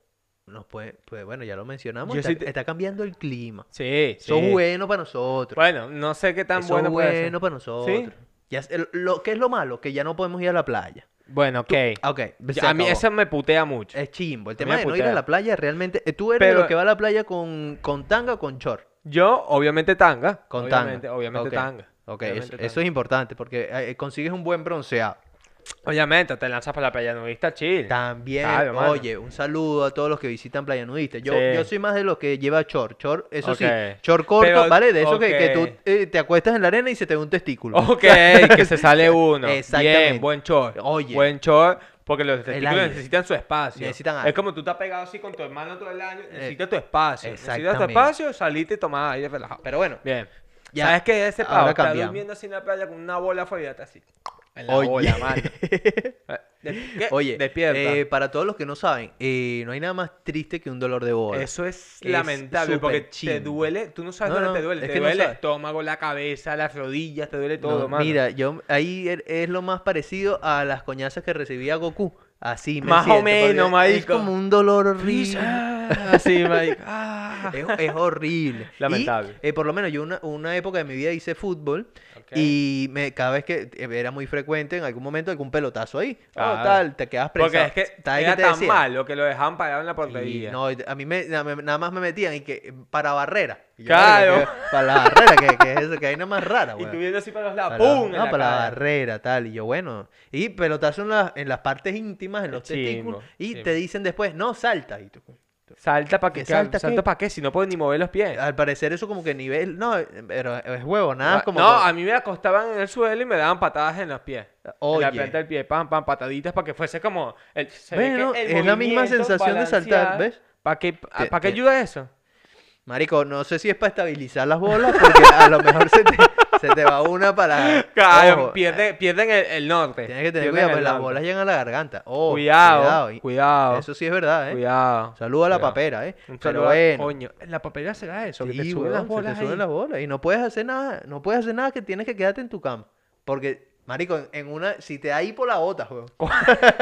S2: nos puede, pues bueno, ya lo mencionamos,
S1: Yo
S2: está,
S1: sí te-
S2: está cambiando el clima.
S1: Sí, sí.
S2: Eso es bueno para nosotros.
S1: Bueno, no sé qué tan
S2: Eso
S1: bueno
S2: es
S1: puede ser.
S2: bueno para nosotros. Ya, es- el- lo que es lo malo, que ya no podemos ir a la playa.
S1: Bueno, ok.
S2: Ah, Ok, se
S1: a mí
S2: acabó. Eh.
S1: eso me putea mucho.
S2: es chimbo. El
S1: mí
S2: tema
S1: me
S2: de no ir a
S1: putea.
S2: la playa realmente. eh, Tú eres de los
S1: Pero-
S2: que va a la playa con, con tanga o con short.
S1: Yo, obviamente, tanga.
S2: Con
S1: obviamente,
S2: tanga.
S1: Obviamente,
S2: Ok,
S1: tanga.
S2: Ok,
S1: Obviamente
S2: eso,
S1: tanga.
S2: eso es importante porque eh, consigues un buen bronceado.
S1: Obviamente, te lanzas para la playa nudista chill.
S2: También,
S1: Claro, mano.
S2: oye, un saludo a todos los que visitan Playa Nudista. Yo,
S1: Sí.
S2: yo soy más de los que lleva short, short, eso sí,
S1: Ok.
S2: short corto,
S1: Pero-
S2: ¿vale? De eso que, que
S1: ok.
S2: tú eh, te acuestas en la arena y se te ve un testículo. *laughs*
S1: Ok, que se sale uno.
S2: Exactamente.
S1: Bien, buen short.
S2: Oye.
S1: Buen short, porque los testículos
S2: aire.
S1: necesitan su espacio.
S2: Necesitan aire.
S1: es como tú estás pegado así con tu hermano todo el año. Necesitas tu espacio. Necesitas tu
S2: exactamente.
S1: espacio, salite y tomar aire relajado.
S2: Pero bueno,
S1: Bien.
S2: Ya,
S1: ¿Sabes qué? Ese
S2: ahora
S1: pavo está
S2: cambiamos.
S1: durmiendo así en la playa con una bola afuera así. En la
S2: Oye.
S1: bola,
S2: *laughs*
S1: mano. Des- ¿qué?
S2: Oye,
S1: Despierta.
S2: eh, para todos los que no saben, eh, no hay nada más triste que un dolor de boda.
S1: Eso es,
S2: Es
S1: lamentable
S2: súper
S1: porque te
S2: chimbo.
S1: duele, tú no sabes
S2: No,
S1: dónde
S2: no,
S1: te duele,
S2: es
S1: te
S2: que no
S1: duele el
S2: sabes.
S1: estómago, la cabeza, las rodillas, te duele
S2: No,
S1: todo, mano.
S2: Mira, yo ahí er- es lo más parecido a las coñazas que recibía Goku. Así me
S1: Más o
S2: siento, porque
S1: menos,
S2: Es
S1: marico.
S2: como un dolor horrible.
S1: Freezer. ¡Ah!
S2: *laughs*
S1: Así, marico. ¡Ah!
S2: Es, es horrible.
S1: *laughs*
S2: Y,
S1: Lamentable.
S2: eh, por lo menos yo una, una época de mi vida hice fútbol
S1: Ok.
S2: y me, cada vez que eh, era muy frecuente en algún momento algún pelotazo ahí. Oh,
S1: Claro.
S2: tal, te quedas preso.
S1: Ah. Porque es que
S2: ¿Sabes qué
S1: era
S2: te
S1: tan
S2: decían?
S1: malo que lo dejaban parado en la
S2: Y
S1: portería.
S2: no, y a mí me, na- me- nada más me metían y que eh, para barrera. Y yo,
S1: Claro.
S2: "Verga, que- Para la barrera, que, que es eso, que hay nada más rara,
S1: *laughs* y
S2: güey.
S1: tú viendo así para los lados.
S2: Para,
S1: ¡Pum!
S2: no,
S1: en la
S2: para la
S1: cara.
S2: barrera, tal. Y yo, bueno. Y pelotazo en, la- en las partes íntimas, en los
S1: Chimbo,
S2: testículos. Y
S1: chimbo.
S2: te disen después, no, salta. Y tú,
S1: Salta para que,
S2: ¿Que salta
S1: salta
S2: qué?
S1: para qué, si no puedo ni mover los pies.
S2: al parecer eso como que nivel... No, pero es huevo, nada.
S1: Ah,
S2: como
S1: no,
S2: que-
S1: a mí me acostaban en el suelo y me daban patadas en los pies. En la
S2: Oye.
S1: planta del pie, pam, pam, pataditas para que fuese como. El, se ve que
S2: Bueno,
S1: el
S2: es la misma
S1: movimiento
S2: sensación de saltar,
S1: balancear.
S2: ¿ves?
S1: ¿Para qué, a-
S2: Te-
S1: ¿para qué
S2: te-
S1: ayuda eso?
S2: Marico, no sé si es para estabilizar las bolas, porque a lo mejor se te,
S1: *laughs*
S2: se te va una para...
S1: Claro,
S2: Ojo,
S1: pierde- pierden el, el norte.
S2: eh, Tienes que tener
S1: pierden
S2: cuidado,
S1: el
S2: porque las
S1: norte.
S2: bolas llegan a la garganta. Oh,
S1: cuidado,
S2: cuidado.
S1: cuidado,
S2: Y-
S1: cuidado.
S2: Eso sí es verdad, ¿eh? Saluda a la
S1: Cuidado.
S2: papera, ¿eh?
S1: Un
S2: Pero
S1: saludo a-
S2: bueno.
S1: Coño, la papelera será eso, que te
S2: sí,
S1: suben
S2: weón,
S1: las
S2: se
S1: bolas.
S2: te suben
S1: ahí.
S2: las bolas y no puedes hacer nada, no puedes hacer nada que tienes que quedarte en tu cama. Porque, marico, en, en una, si te da hipo la
S1: *laughs*
S2: botas, weón. *laughs*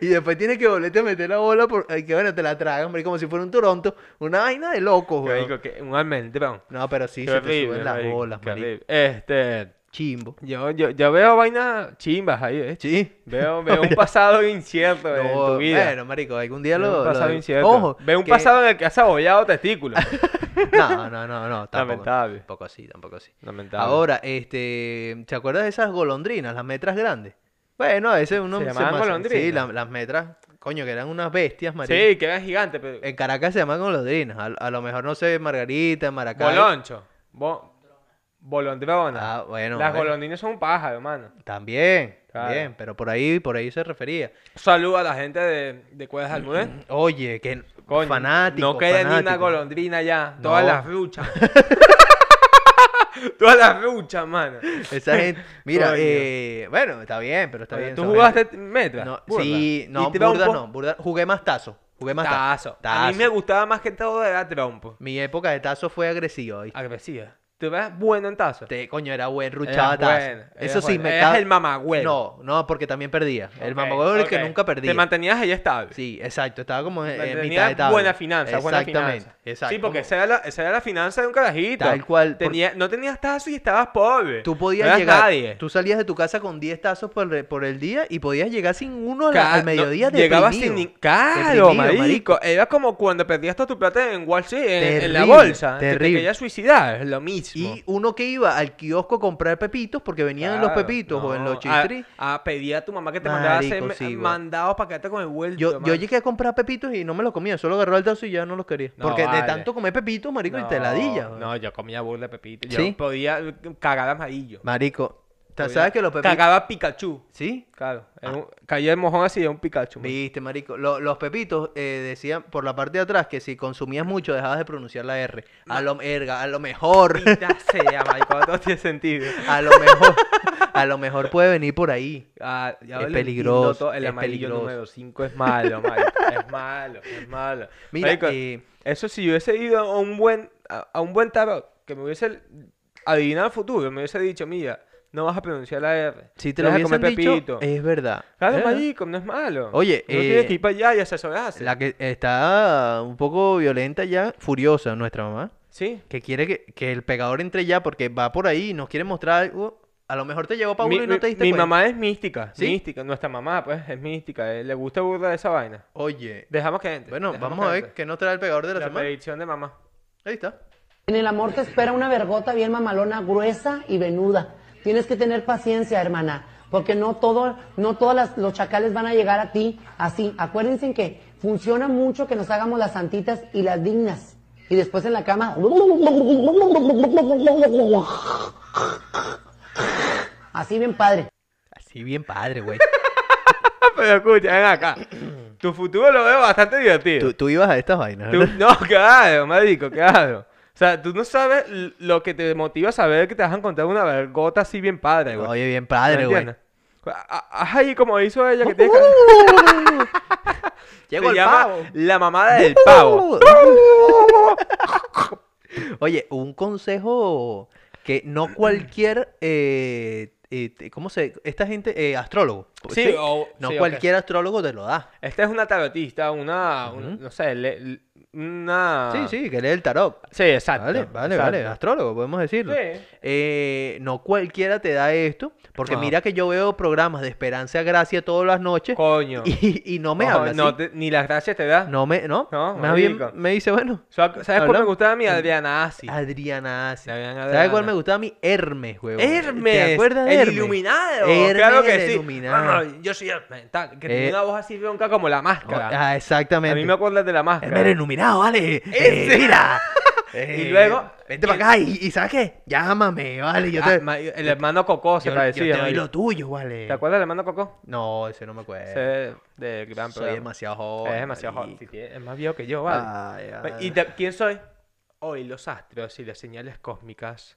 S2: y después tienes que volverte a meter la bola por, ay, que bueno, te la tragas, marico, como si fuera un Toronto, una vaina de loco,
S1: Qué
S2: weón.
S1: rico, que- un almendrón.
S2: No, pero sí,
S1: Qué
S2: se te
S1: horrible,
S2: suben las
S1: marico,
S2: bolas,
S1: qué
S2: marico.
S1: horrible. Este,
S2: Chimbo.
S1: yo, yo, yo veo vainas chimbas ahí, ¿eh?
S2: Sí.
S1: Veo,
S2: *laughs*
S1: veo un pasado incierto en
S2: No,
S1: tu vida.
S2: Bueno, marico, algún día
S1: Veo
S2: lo.
S1: un
S2: lo-
S1: pasado incierto.
S2: Ojo.
S1: Veo un
S2: que-
S1: pasado en el que has abollado testículos.
S2: *laughs* No, no, no, no. Tampoco,
S1: Lamentable.
S2: Tampoco así, tampoco así.
S1: Lamentable.
S2: Ahora, este, ¿te acuerdas de esas golondrinas, las metras grandes? Bueno, a veces uno
S1: ¿Se llamaban
S2: masa- Sí,
S1: golondrinas?
S2: la- las metras, coño, que eran unas bestias, marico.
S1: sí, que eran gigantes, pero.
S2: En Caracas se llaman golondrinas. A, a lo mejor no sé, Margarita, en Maracay.
S1: Boloncho. Bo- Bolondrona.
S2: Ah, bueno.
S1: Las
S2: bueno.
S1: golondrinas son un pájaro, hermano.
S2: También,
S1: Claro.
S2: también, pero por ahí, por ahí se refería.
S1: Saludo a la gente de, de
S2: *clears throat*
S1: Cuevas del Almudén.
S2: Oye, que
S1: Coño,
S2: fanático.
S1: No queda ni una
S2: fanático.
S1: golondrina ya.
S2: No.
S1: Todas las
S2: *laughs*
S1: ruchas. Todas las ruchas, mano.
S2: Esa gente, mira,
S1: Coño.
S2: eh, bueno, está bien, pero está
S1: Pero
S2: bien.
S1: ¿Tú
S2: esa
S1: jugaste metra?
S2: No,
S1: burda?
S2: sí,
S1: ¿Y
S2: no,
S1: te iba un
S2: burda
S1: po- Ah.
S2: no, burda- jugué más tazo, jugué más tazo.
S1: Tazo. A mí me gustaba más que todo era trompo.
S2: Mi época de tazo fue agresiva, ¿oíste?
S1: Agresiva. ¿Tú eras bueno en tazo?
S2: Te- coño, era buen
S1: Eras
S2: ruchaba tazo.
S1: bueno, eras
S2: Eso sí,
S1: bueno.
S2: me
S1: Eras
S2: ca-
S1: el mamagüero.
S2: No, no, porque también perdía. El
S1: Ok,
S2: mamagüero era el
S1: ok.
S2: que nunca perdía.
S1: Te mantenías ahí estable.
S2: Sí, exacto, estaba como en, en mitad de
S1: Tenía
S2: tabla.
S1: buena finanza, buena
S2: Exactamente,
S1: finanza.
S2: exacto.
S1: Sí, porque
S2: como-
S1: esa era, la, esa era la finanza de un carajito.
S2: Tal cual, por-
S1: Tenía, No tenías tazo y estabas pobre.
S2: Tú
S1: No
S2: podías
S1: eras
S2: llegar,
S1: nadie.
S2: tú salías de tu casa con 10 tazos por el, por el día y podías llegar sin uno a la-
S1: Ca-
S2: al
S1: no,
S2: mediodía
S1: llegabas sin
S2: deprimido.
S1: ni- Claro,
S2: Deprimido,
S1: marico.
S2: marico.
S1: Era como cuando perdías toda tu plata en Wall Street, en, en la
S2: Terrible,
S1: bolsa. que Te
S2: terrible.
S1: querías suicidar, es lo mismo.
S2: Y uno que iba al kiosco a comprar pepitos porque venían en los
S1: Claro,
S2: pepitos o en
S1: no,
S2: los chistris.
S1: A, a pedir a tu mamá que te mandara a hacer
S2: Marico,
S1: me-
S2: sí, güey.
S1: mandados para quedarte con el vuelto.
S2: Yo, yo
S1: mano.
S2: llegué a comprar pepitos y no me los comía, solo agarraba el tazo y ya no los quería.
S1: No,
S2: porque
S1: vale.
S2: de tanto comer pepitos, marico, y te ladilla.
S1: No,
S2: weón.
S1: no, yo comía burda de pepito. Yo
S2: ¿Sí?
S1: podía eh, cagar amarillo.
S2: Marico, ¿te
S1: Podía-
S2: ¿sabes que los pepitos?
S1: Cagaba Pikachu.
S2: ¿Sí?
S1: Claro. era
S2: Ah.
S1: un- Caía el mojón así de un Pikachu. man.
S2: Viste, marico. Lo- los pepitos eh, decían por la parte de atrás que si consumías mucho dejabas de pronunciar la R. A lo, erga, a lo mejor,
S1: Maldita sea, marico, *laughs* todo tiene sentido.
S2: a lo mejor, a lo mejor puede venir por ahí.
S1: Ah, ya
S2: Es
S1: lo entiendo
S2: peligroso,
S1: todo, El
S2: es
S1: amarillo
S2: peligroso.
S1: número 5 es
S2: *laughs*
S1: malo, marico, Es malo, es malo.
S2: Mira,
S1: Marico,
S2: eh,
S1: eso si yo hubiese ido a un buen, a, a un buen tarot, que me hubiese adivinado el futuro, me hubiese dicho, mira, no vas a pronunciar la R.
S2: si te lo
S1: vas a
S2: hubiesen
S1: comer
S2: dicho,
S1: pepito.
S2: es verdad.
S1: Claro,
S2: Eh,
S1: marico, no es malo.
S2: Oye,
S1: Uno tiene
S2: eh,
S1: que ir para allá y asesorarse.
S2: La que está un poco violenta ya, furiosa nuestra mamá.
S1: Sí.
S2: que quiere que, que el pegador entre ya porque va por ahí y nos quiere mostrar algo. A lo mejor te llegó para
S1: Mi,
S2: uno y no
S1: mi-
S2: te diste
S1: mi
S2: cuenta.
S1: mamá es mística,
S2: ¿Sí?
S1: mística. Nuestra mamá, pues, es mística. eh, Le gusta burda de esa vaina.
S2: Oye,
S1: Dejamos que entre.
S2: bueno,
S1: dejamos
S2: vamos a
S1: que
S2: ver
S1: entre.
S2: qué nos trae el pegador de la,
S1: La
S2: semana.
S1: predicción de mamá.
S2: Ahí está.
S4: En el amor te espera una vergota bien mamalona, gruesa y venuda. Tienes que tener paciencia, hermana, porque no todo, no todos los chacales van a llegar a ti así. Acuérdense que funciona mucho que nos hagamos las santitas y las dignas. Y después en la cama. Así bien padre.
S2: Así bien
S1: *laughs*
S2: padre, güey.
S1: Pero escucha, ven acá. Tu futuro lo veo bastante divertido.
S2: tú, tú ibas a estas vainas,
S1: Tú-
S2: *laughs* ¿verdad?
S1: no, claro, marico, claro. O sea, tú no sabes l- lo que te motiva a saber que te vas a encontrar una vergota así bien padre, güey.
S2: Oye, bien
S1: ¿Me
S2: padre, güey. Uh,
S1: entiendes? A- a- Haz ahí como hizo ella que tiene
S2: Llegó el pavo. Uh.
S1: La mamada del pavo.
S2: *laughs* Oye, un consejo que no cualquier eh, eh, te- ¿cómo se? Esta gente, eh, astrólogo.
S1: Sí, o-
S2: no
S1: sí, ok.
S2: cualquier astrólogo te lo da.
S1: Esta es una tarotista, una, un- no sé, le- l- una...
S2: Sí, sí, que lee el tarot.
S1: Sí, exacto.
S2: Vale, vale,
S1: exacto.
S2: vale, astrólogo, podemos decirlo.
S1: Sí.
S2: Eh, no cualquiera te da esto, porque
S1: Ah.
S2: mira que yo veo programas de Esperanza Gracia todas las noches
S1: Coño.
S2: y, y no me
S1: Ojo,
S2: habla
S1: no
S2: así.
S1: te- ni las gracias te da.
S2: No me, no,
S1: No,
S2: más bien
S1: marico.
S2: me dice, bueno,
S1: So- ¿Sabes cuál
S2: Hablamos.
S1: me gustaba a mí? Adriana ah, Asi.
S2: Adriana Ace.
S1: También
S2: ¿Sabes cuál
S1: Adriana.
S2: me gustaba a mí? Hermes, huevón.
S1: Hermes,
S2: ¿Te acuerdas de
S1: el
S2: Hermes?
S1: iluminado.
S2: Hermes,
S1: claro que
S2: el
S1: sí.
S2: iluminado.
S1: Ah, yo soy Hermes, tal, que
S2: Eh.
S1: tenía una voz así bronca como la máscara.
S2: Ah, exactamente.
S1: a mí me acuerdas de la
S2: Hermes era
S1: máscara.
S2: iluminado, vale. Eh,
S1: Ese.
S2: mira.
S1: *laughs*
S2: Eh,
S1: Y luego-
S2: Vente para acá y, y ¿sabes qué? Llámame, vale. Yo
S1: Ah,
S2: te,
S1: ma- el hermano Cocó se
S2: yo- yo
S1: parecía.
S2: te doy
S1: marico.
S2: lo tuyo, vale.
S1: ¿Te acuerdas del hermano Cocó?
S2: No, ese no me acuerdo.
S1: Ese de gran
S2: Soy
S1: programa.
S2: demasiado joven.
S1: Es demasiado joven.
S2: marico. Ah.
S1: Sí, sí, Es más viejo que yo, vale.
S2: Ay,
S1: Ma-
S2: ay.
S1: ¿Y te- quién soy? Hoy los astros y las señales cósmicas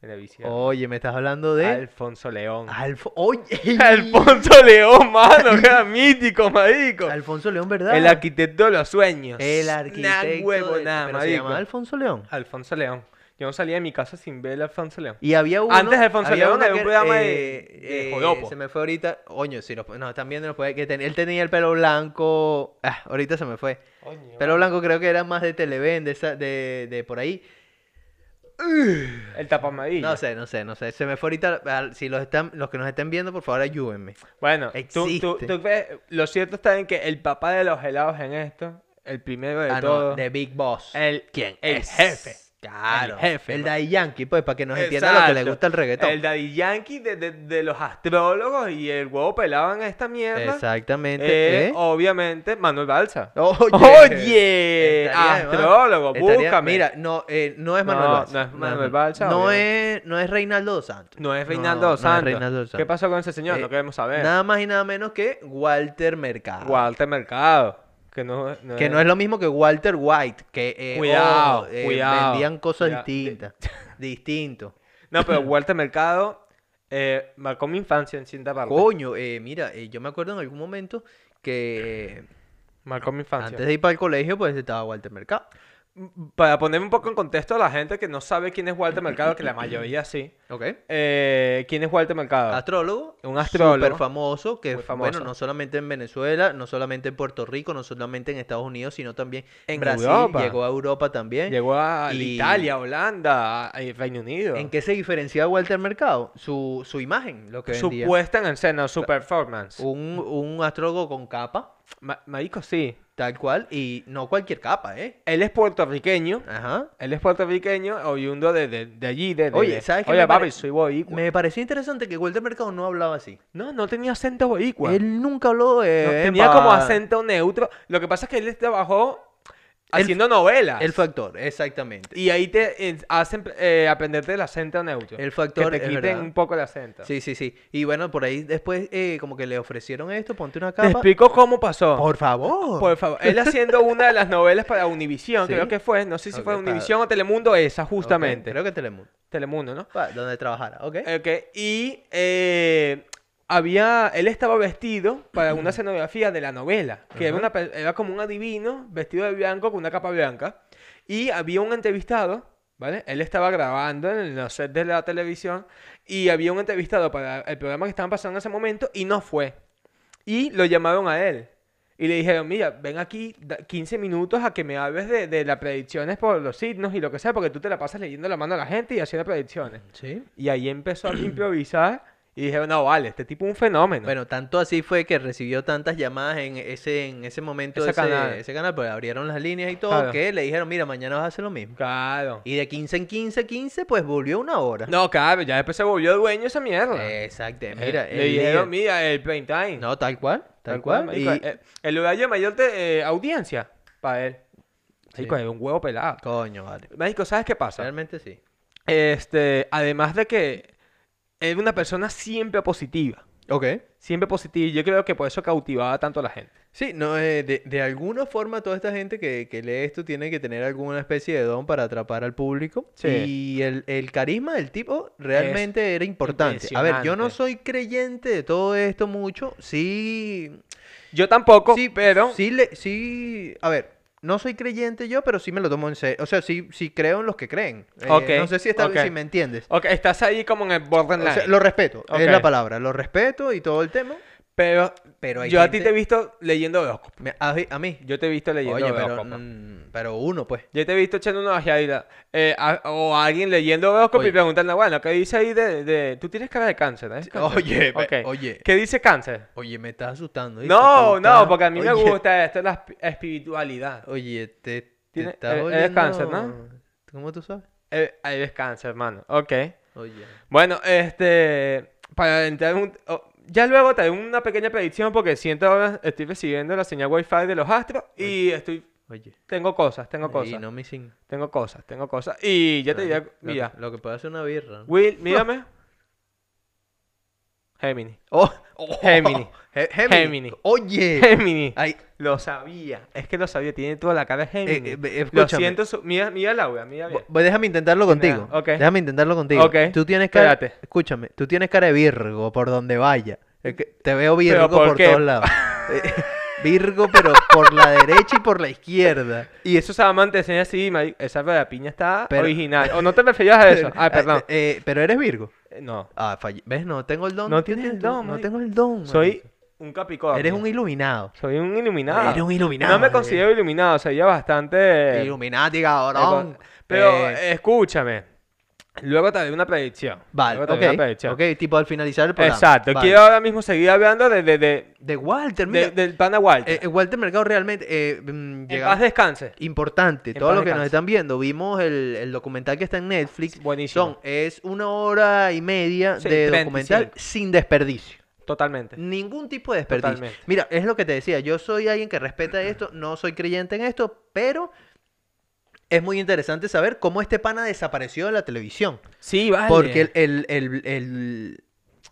S1: de Televisión.
S2: Oye, me estás hablando de.
S1: Alfonso León.
S2: Alfo- Oye.
S1: *laughs* Alfonso León, mano, que era mítico, marico.
S2: Alfonso León, ¿verdad?
S1: El arquitecto de los sueños.
S2: El
S1: Nah,
S2: arquitecto.
S1: huevo,
S2: de-
S1: nada,
S2: Pero se
S1: marico.
S2: llamaba Alfonso León.
S1: Alfonso León. Yo no salía de mi casa sin ver a Alfonso León.
S2: Y había uno.
S1: Antes de Alfonso
S2: había
S1: León
S2: uno
S1: había un
S2: que- eh,
S1: programa de- de Joropo.
S2: Se me fue ahorita. Oño, si nos, no, también nos puede. Que ten- él tenía el pelo blanco. Ah, ahorita se me fue. Pelo blanco creo que era más de Televen, de, esa- de, de por ahí.
S1: El tapamadillo.
S2: No sé, no sé, no sé. Se me fue ahorita. al- Si los, están, los que nos estén viendo, por favor, ayúdenme.
S1: Bueno, tú, tú,
S2: Existe.
S1: tú ves- lo cierto está en que el papá de los helados en esto, el primero de
S2: Ah, no,
S1: todo,
S2: de Big Boss.
S1: el,
S2: ¿Quién?
S1: el
S2: es?
S1: jefe.
S2: Claro.
S1: El jefe,
S2: El
S1: man.
S2: Daddy Yankee, pues, para que nos entienda lo que le
S1: Exacto.
S2: gusta el reggaetón.
S1: El Daddy Yankee de, de- de los astrólogos y el huevo pelado en esta mierda.
S2: Exactamente.
S1: Eh,
S2: ¿eh?
S1: Obviamente, Manuel Balsa.
S2: Oye,
S1: Oye,
S2: Estaría de más.
S1: astrólogo,
S2: Estaría-
S1: búscame.
S2: Mira, no, eh, no es
S1: No,
S2: Manuel Balsa.
S1: no es Manuel Balsa,
S2: No
S1: obviamente.
S2: es, no es Reinaldo dos Santos.
S1: No es
S2: No,
S1: Reinaldo
S2: no
S1: dos
S2: es
S1: Santos.
S2: Reinaldo dos
S1: ¿Qué
S2: Santos.
S1: pasó con ese señor? no
S2: Eh,
S1: queremos saber.
S2: Nada más y nada menos que Walter Mercado.
S1: Walter Mercado. Que no, no
S2: Que no es lo mismo que Walter White. Que, eh,
S1: Cuidado,
S2: ojo, eh,
S1: cuidado.
S2: Vendían cosas
S1: Cuidado. *laughs*
S2: distintas. Distinto.
S1: No, pero Walter Mercado eh, marcó mi infancia en cinta aparte.
S2: Coño, eh, mira, eh, yo me acuerdo en algún momento que eh,
S1: Marcó mi infancia.
S2: antes de ir para el colegio, pues estaba Walter Mercado.
S1: Para ponerme un poco en contexto a la gente que no sabe quién es Walter Mercado, que la mayoría sí.
S2: Ok.
S1: Eh, ¿Quién es Walter Mercado?
S2: Ah, Astrólogo.
S1: Un astrólogo.
S2: Súper famoso, que
S1: Muy
S2: bueno,
S1: famoso.
S2: no solamente en Venezuela, no solamente en Puerto Rico, no solamente en Estados Unidos, sino también
S1: En
S2: Brasil.
S1: Europa.
S2: Llegó a Europa también.
S1: Llegó a
S2: Y-
S1: Italia, Holanda, a- a Reino Unido.
S2: ¿En qué se diferencia Walter Mercado? Su, su imagen, lo que
S1: Su
S2: vendía.
S1: puesta en escena, su performance.
S2: Un, un astrólogo con capa,
S1: Ma- marico, sí.
S2: tal cual, y no cualquier capa, ¿eh?
S1: Él es puertorriqueño.
S2: Ajá.
S1: Él es puertorriqueño, oyundo de, de, de allí, de, de-
S2: Oye, ¿sabes qué
S1: Oye,
S2: me
S1: papi,
S2: pare-
S1: soy boricua.
S2: Me pareció interesante que Walter Mercado no hablaba así.
S1: No, no tenía acento boricua.
S2: Él nunca habló de...
S1: No, tenía
S2: Eh, "Epa".
S1: como acento neutro. Lo que pasa es que él trabajó
S2: Él-
S1: haciendo novelas.
S2: El factor, exactamente.
S1: y ahí te eh, hacen eh, aprenderte el acento neutro.
S2: El factor,
S1: Que
S2: es
S1: te quiten
S2: verdad.
S1: un poco el acento.
S2: Sí, sí, sí. Y bueno, por ahí después eh, como que le ofrecieron esto, ponte una
S1: Te
S2: capa.
S1: explico cómo pasó.
S2: Por favor.
S1: Por favor,
S2: *laughs*
S1: él haciendo una de las novelas para Univisión,
S2: Sí.
S1: creo que fue, no sé si
S2: Ok,
S1: fue
S2: para-
S1: Univisión o Telemundo, esa
S2: Ok,
S1: justamente.
S2: creo que Telemundo.
S1: Telemundo, ¿no?
S2: Pa- Donde trabajara, ¿ok?
S1: Ok, y eh, había, él estaba vestido para una escenografía de la novela, que era, una pe- era como un adivino vestido de blanco con una capa blanca, y había un entrevistado, ¿vale? Él estaba grabando en los sets de la televisión, y había un entrevistado para el programa que estaban pasando en ese momento, y no fue. Y lo llamaron a él. Y le dijeron, mira, ven aquí da- 15 minutos a que me hables de, de las predicciones por los signos y lo que sea, porque tú te la pasas leyendo la mano a la gente y haciendo predicciones.
S2: Sí.
S1: Y ahí empezó a *clears throat* improvisar y dijeron, no, vale, este tipo es un fenómeno.
S2: Bueno, tanto así fue que recibió tantas llamadas en ese, en ese momento
S1: Ese
S2: ese,
S1: canal.
S2: ese canal, pues abrieron las líneas y todo,
S1: Claro.
S2: que le dijeron, mira, mañana vas a hacer lo mismo.
S1: claro.
S2: Y de 15 en 15, 15, pues volvió una hora.
S1: No, claro, ya después se volvió dueño esa mierda.
S2: Exacto,
S1: Eh,
S2: mira,
S1: le
S2: el
S1: dijeron,
S2: líder.
S1: mira, el prime time.
S2: No, tal cual, tal,
S1: Tal
S2: cual.
S1: marico,
S2: y-
S1: eh, el horario de mayor de, eh, audiencia para él. Marico, es un huevo pelado.
S2: Coño, vale.
S1: Marico, ¿sabes qué pasa?
S2: Realmente sí.
S1: Este, además de que era una persona siempre positiva.
S2: Ok.
S1: Siempre positiva. Y yo creo que por eso cautivaba tanto a la gente.
S2: Sí, no, eh, de, de alguna forma toda esta gente que, que lee esto tiene que tener alguna especie de don para atrapar al público.
S1: Sí.
S2: Y el, el carisma del tipo realmente era importante. A ver, yo no
S1: impresionante.
S2: soy creyente de todo esto mucho. Sí,
S1: Yo tampoco,
S2: sí,
S1: pero...
S2: sí, le, sí, a ver, no soy creyente yo, pero sí me lo tomo en serio. O sea, sí, sí creo en los que creen. Eh,
S1: Ok,
S2: no sé si, está,
S1: ok.
S2: si me entiendes.
S1: Ok, estás ahí como en el
S2: O
S1: borderline.
S2: sea, lo respeto, es la
S1: Ok.
S2: palabra. Lo respeto y todo el tema.
S1: Pero,
S2: Pero hay
S1: yo a ti
S2: gente-
S1: te he visto leyendo horóscopos.
S2: Me- a, a mí.
S1: Yo te he visto leyendo
S2: Oye, pero,
S1: horóscopos.
S2: mm, pero uno, pues.
S1: Yo te he visto echando una ojeadita. eh, a- o a alguien leyendo horóscopo y
S2: Oye.
S1: preguntando, bueno, ¿qué dice ahí de, de- Tú tienes cara de cáncer, ¿eh? Cáncer.
S2: Oye, pe-
S1: Ok.
S2: oye.
S1: ¿Qué dice cáncer?
S2: Oye, me estás asustando. ¿viste?
S1: No,
S2: Te gusta-
S1: no, porque a mí me
S2: Oye,
S1: gusta esto, la esp- espiritualidad.
S2: Oye, te, te
S1: Tiene-
S2: estás
S1: eres- eres cáncer, ¿no?
S2: oliendo- ¿Cómo tú sabes?
S1: Eh, ahí ves cáncer, hermano. Ok.
S2: Oye.
S1: Bueno, este... Para entrar en un... oh, ya luego te doy una pequeña predicción porque siento ahora estoy recibiendo la señal wifi de los astros y estoy...
S2: Oye.
S1: Tengo cosas, tengo
S2: Y
S1: cosas.
S2: no me sin.
S1: Tengo cosas, tengo cosas. Y ya te
S2: Lo
S1: diré,
S2: que-
S1: mira.
S2: Lo que puede hacer una birra. ¿no?
S1: Will, mírame. Gemini.
S2: Oh, oh,
S1: Gemini.
S2: Ge- Gemini.
S1: Gemini.
S2: Oye.
S1: Gemini.
S2: Ay,
S1: Lo sabía. Es que lo sabía. Tiene toda la cara de Gemini.
S2: eh, eh,
S1: lo
S2: escúchame.
S1: siento. su- Mira, mira Laura. Mira bien.
S2: bo- bo- Pues, déjame intentarlo contigo.
S1: Nada, ok.
S2: Déjame intentarlo contigo.
S1: Ok,
S2: Tú tienes cara.
S1: espérate.
S2: Escúchame, tú tienes cara de Virgo por donde vaya. Es que te veo Virgo
S1: ¿por
S2: por,
S1: qué? *laughs*
S2: todos lados. Eh, Virgo, pero por la derecha y por la izquierda.
S1: Y eso se va a mantener así. mari- Esa rueda piña está
S2: Pero-
S1: original. ¿O no te referías
S2: *laughs*
S1: a eso? Ah, perdón.
S2: Eh, eh, pero eres Virgo.
S1: Eh, No.
S2: Ah, falle- ¿Ves? No tengo el don.
S1: No
S2: Yo
S1: tienes el
S2: tengo-
S1: don,
S2: No
S1: marico.
S2: tengo el don.
S1: Soy
S2: eh, marico.
S1: un Capricornio.
S2: Eres un iluminado.
S1: Soy un iluminado.
S2: Eres un iluminado, eh.
S1: No me
S2: marico.
S1: considero iluminado. Soy ya bastante...
S2: Illuminati, cabrón.
S1: Eh, Pero
S2: Eh,
S1: eh, escúchame. Luego te doy una predicción.
S2: Vale,
S1: Luego te doy una
S2: ok.
S1: predicción.
S2: Ok, tipo al finalizar el programa.
S1: Exacto.
S2: vale.
S1: Quiero ahora mismo seguir hablando de, de, de-
S2: De Walter,
S1: de-
S2: mira.
S1: del pana Walter.
S2: eh, eh, Walter Mercado realmente. eh, mm,
S1: en
S2: llegamos-
S1: paz descanse.
S2: Importante,
S1: En
S2: todo
S1: paz
S2: lo que nos
S1: descanse.
S2: están viendo. Vimos el, el documental que está en Netflix.
S1: Buenísimo.
S2: Son, es una hora y media
S1: Sí,
S2: de documental
S1: 35.
S2: sin desperdicio.
S1: Totalmente.
S2: Ningún tipo de desperdicio.
S1: Totalmente.
S2: Mira, es lo que te decía. Yo soy alguien
S1: *clears throat*
S2: que respeta esto, no soy creyente en esto, pero es muy interesante saber cómo este pana desapareció de la televisión.
S1: Sí, vale.
S2: Porque el, el, el- el-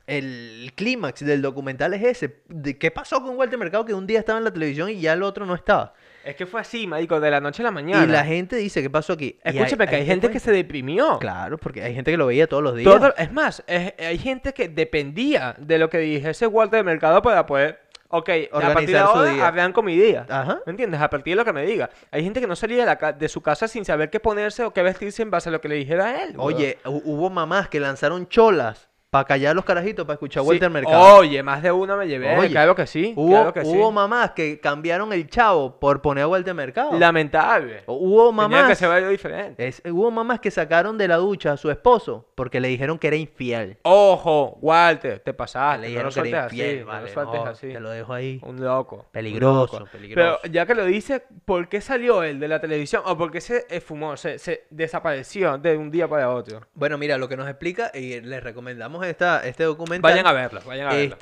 S2: el clímax del documental es ese. ¿De ¿Qué pasó con Walter Mercado que un día estaba en la televisión y ya el otro no estaba?
S1: es que fue así, marico, de la noche a la mañana.
S2: Y la gente dice, ¿qué pasó aquí? Y ahí-
S1: Escúchame que
S2: ahí
S1: hay
S2: te
S1: gente que
S2: cuentan.
S1: se deprimió.
S2: Claro, porque hay gente que lo veía todos los días.
S1: Todo- es más, es- hay gente que dependía de lo que dijese Walter del Mercado para poder. Ok, a partir de
S2: Organizar su
S1: ahora
S2: día.
S1: hablan con mi día.
S2: Ajá.
S1: ¿Me entiendes? A partir de lo que me diga. Hay gente que no salía de, la ca- de su casa sin saber qué ponerse o qué vestirse en base a lo que le dijera él. weón.
S2: Oye, hu- hubo mamás que lanzaron cholas para callar los carajitos, para escuchar a
S1: Sí,
S2: Walter Mercado.
S1: Oye, más de una me llevé.
S2: Oye,
S1: claro que sí.
S2: hubo
S1: claro que
S2: hubo
S1: sí.
S2: mamás que cambiaron el chavo por poner a Walter Mercado.
S1: Lamentable.
S2: Hubo
S1: Tenía que
S2: mamás,
S1: ser algo diferente.
S2: es- hubo mamás que sacaron de la ducha a su esposo porque le dijeron que era infiel.
S1: Ojo, Walter, te pasaste.
S2: le
S1: No
S2: dijeron
S1: lo
S2: que
S1: sueltes
S2: era
S1: así.
S2: infiel.
S1: no
S2: vale,
S1: lo sueltes
S2: no,
S1: así.
S2: Te lo dejo ahí.
S1: Un loco.
S2: Peligroso,
S1: un loco.
S2: peligroso.
S1: Pero ya que lo dices, ¿por qué salió él de la televisión? ¿O por qué se eh, fumó, se, se desapareció de un día para otro?
S2: Bueno, mira, lo que nos explica, y les recomendamos esta, este documental.
S1: Vayan a verlo, vayan a verlo.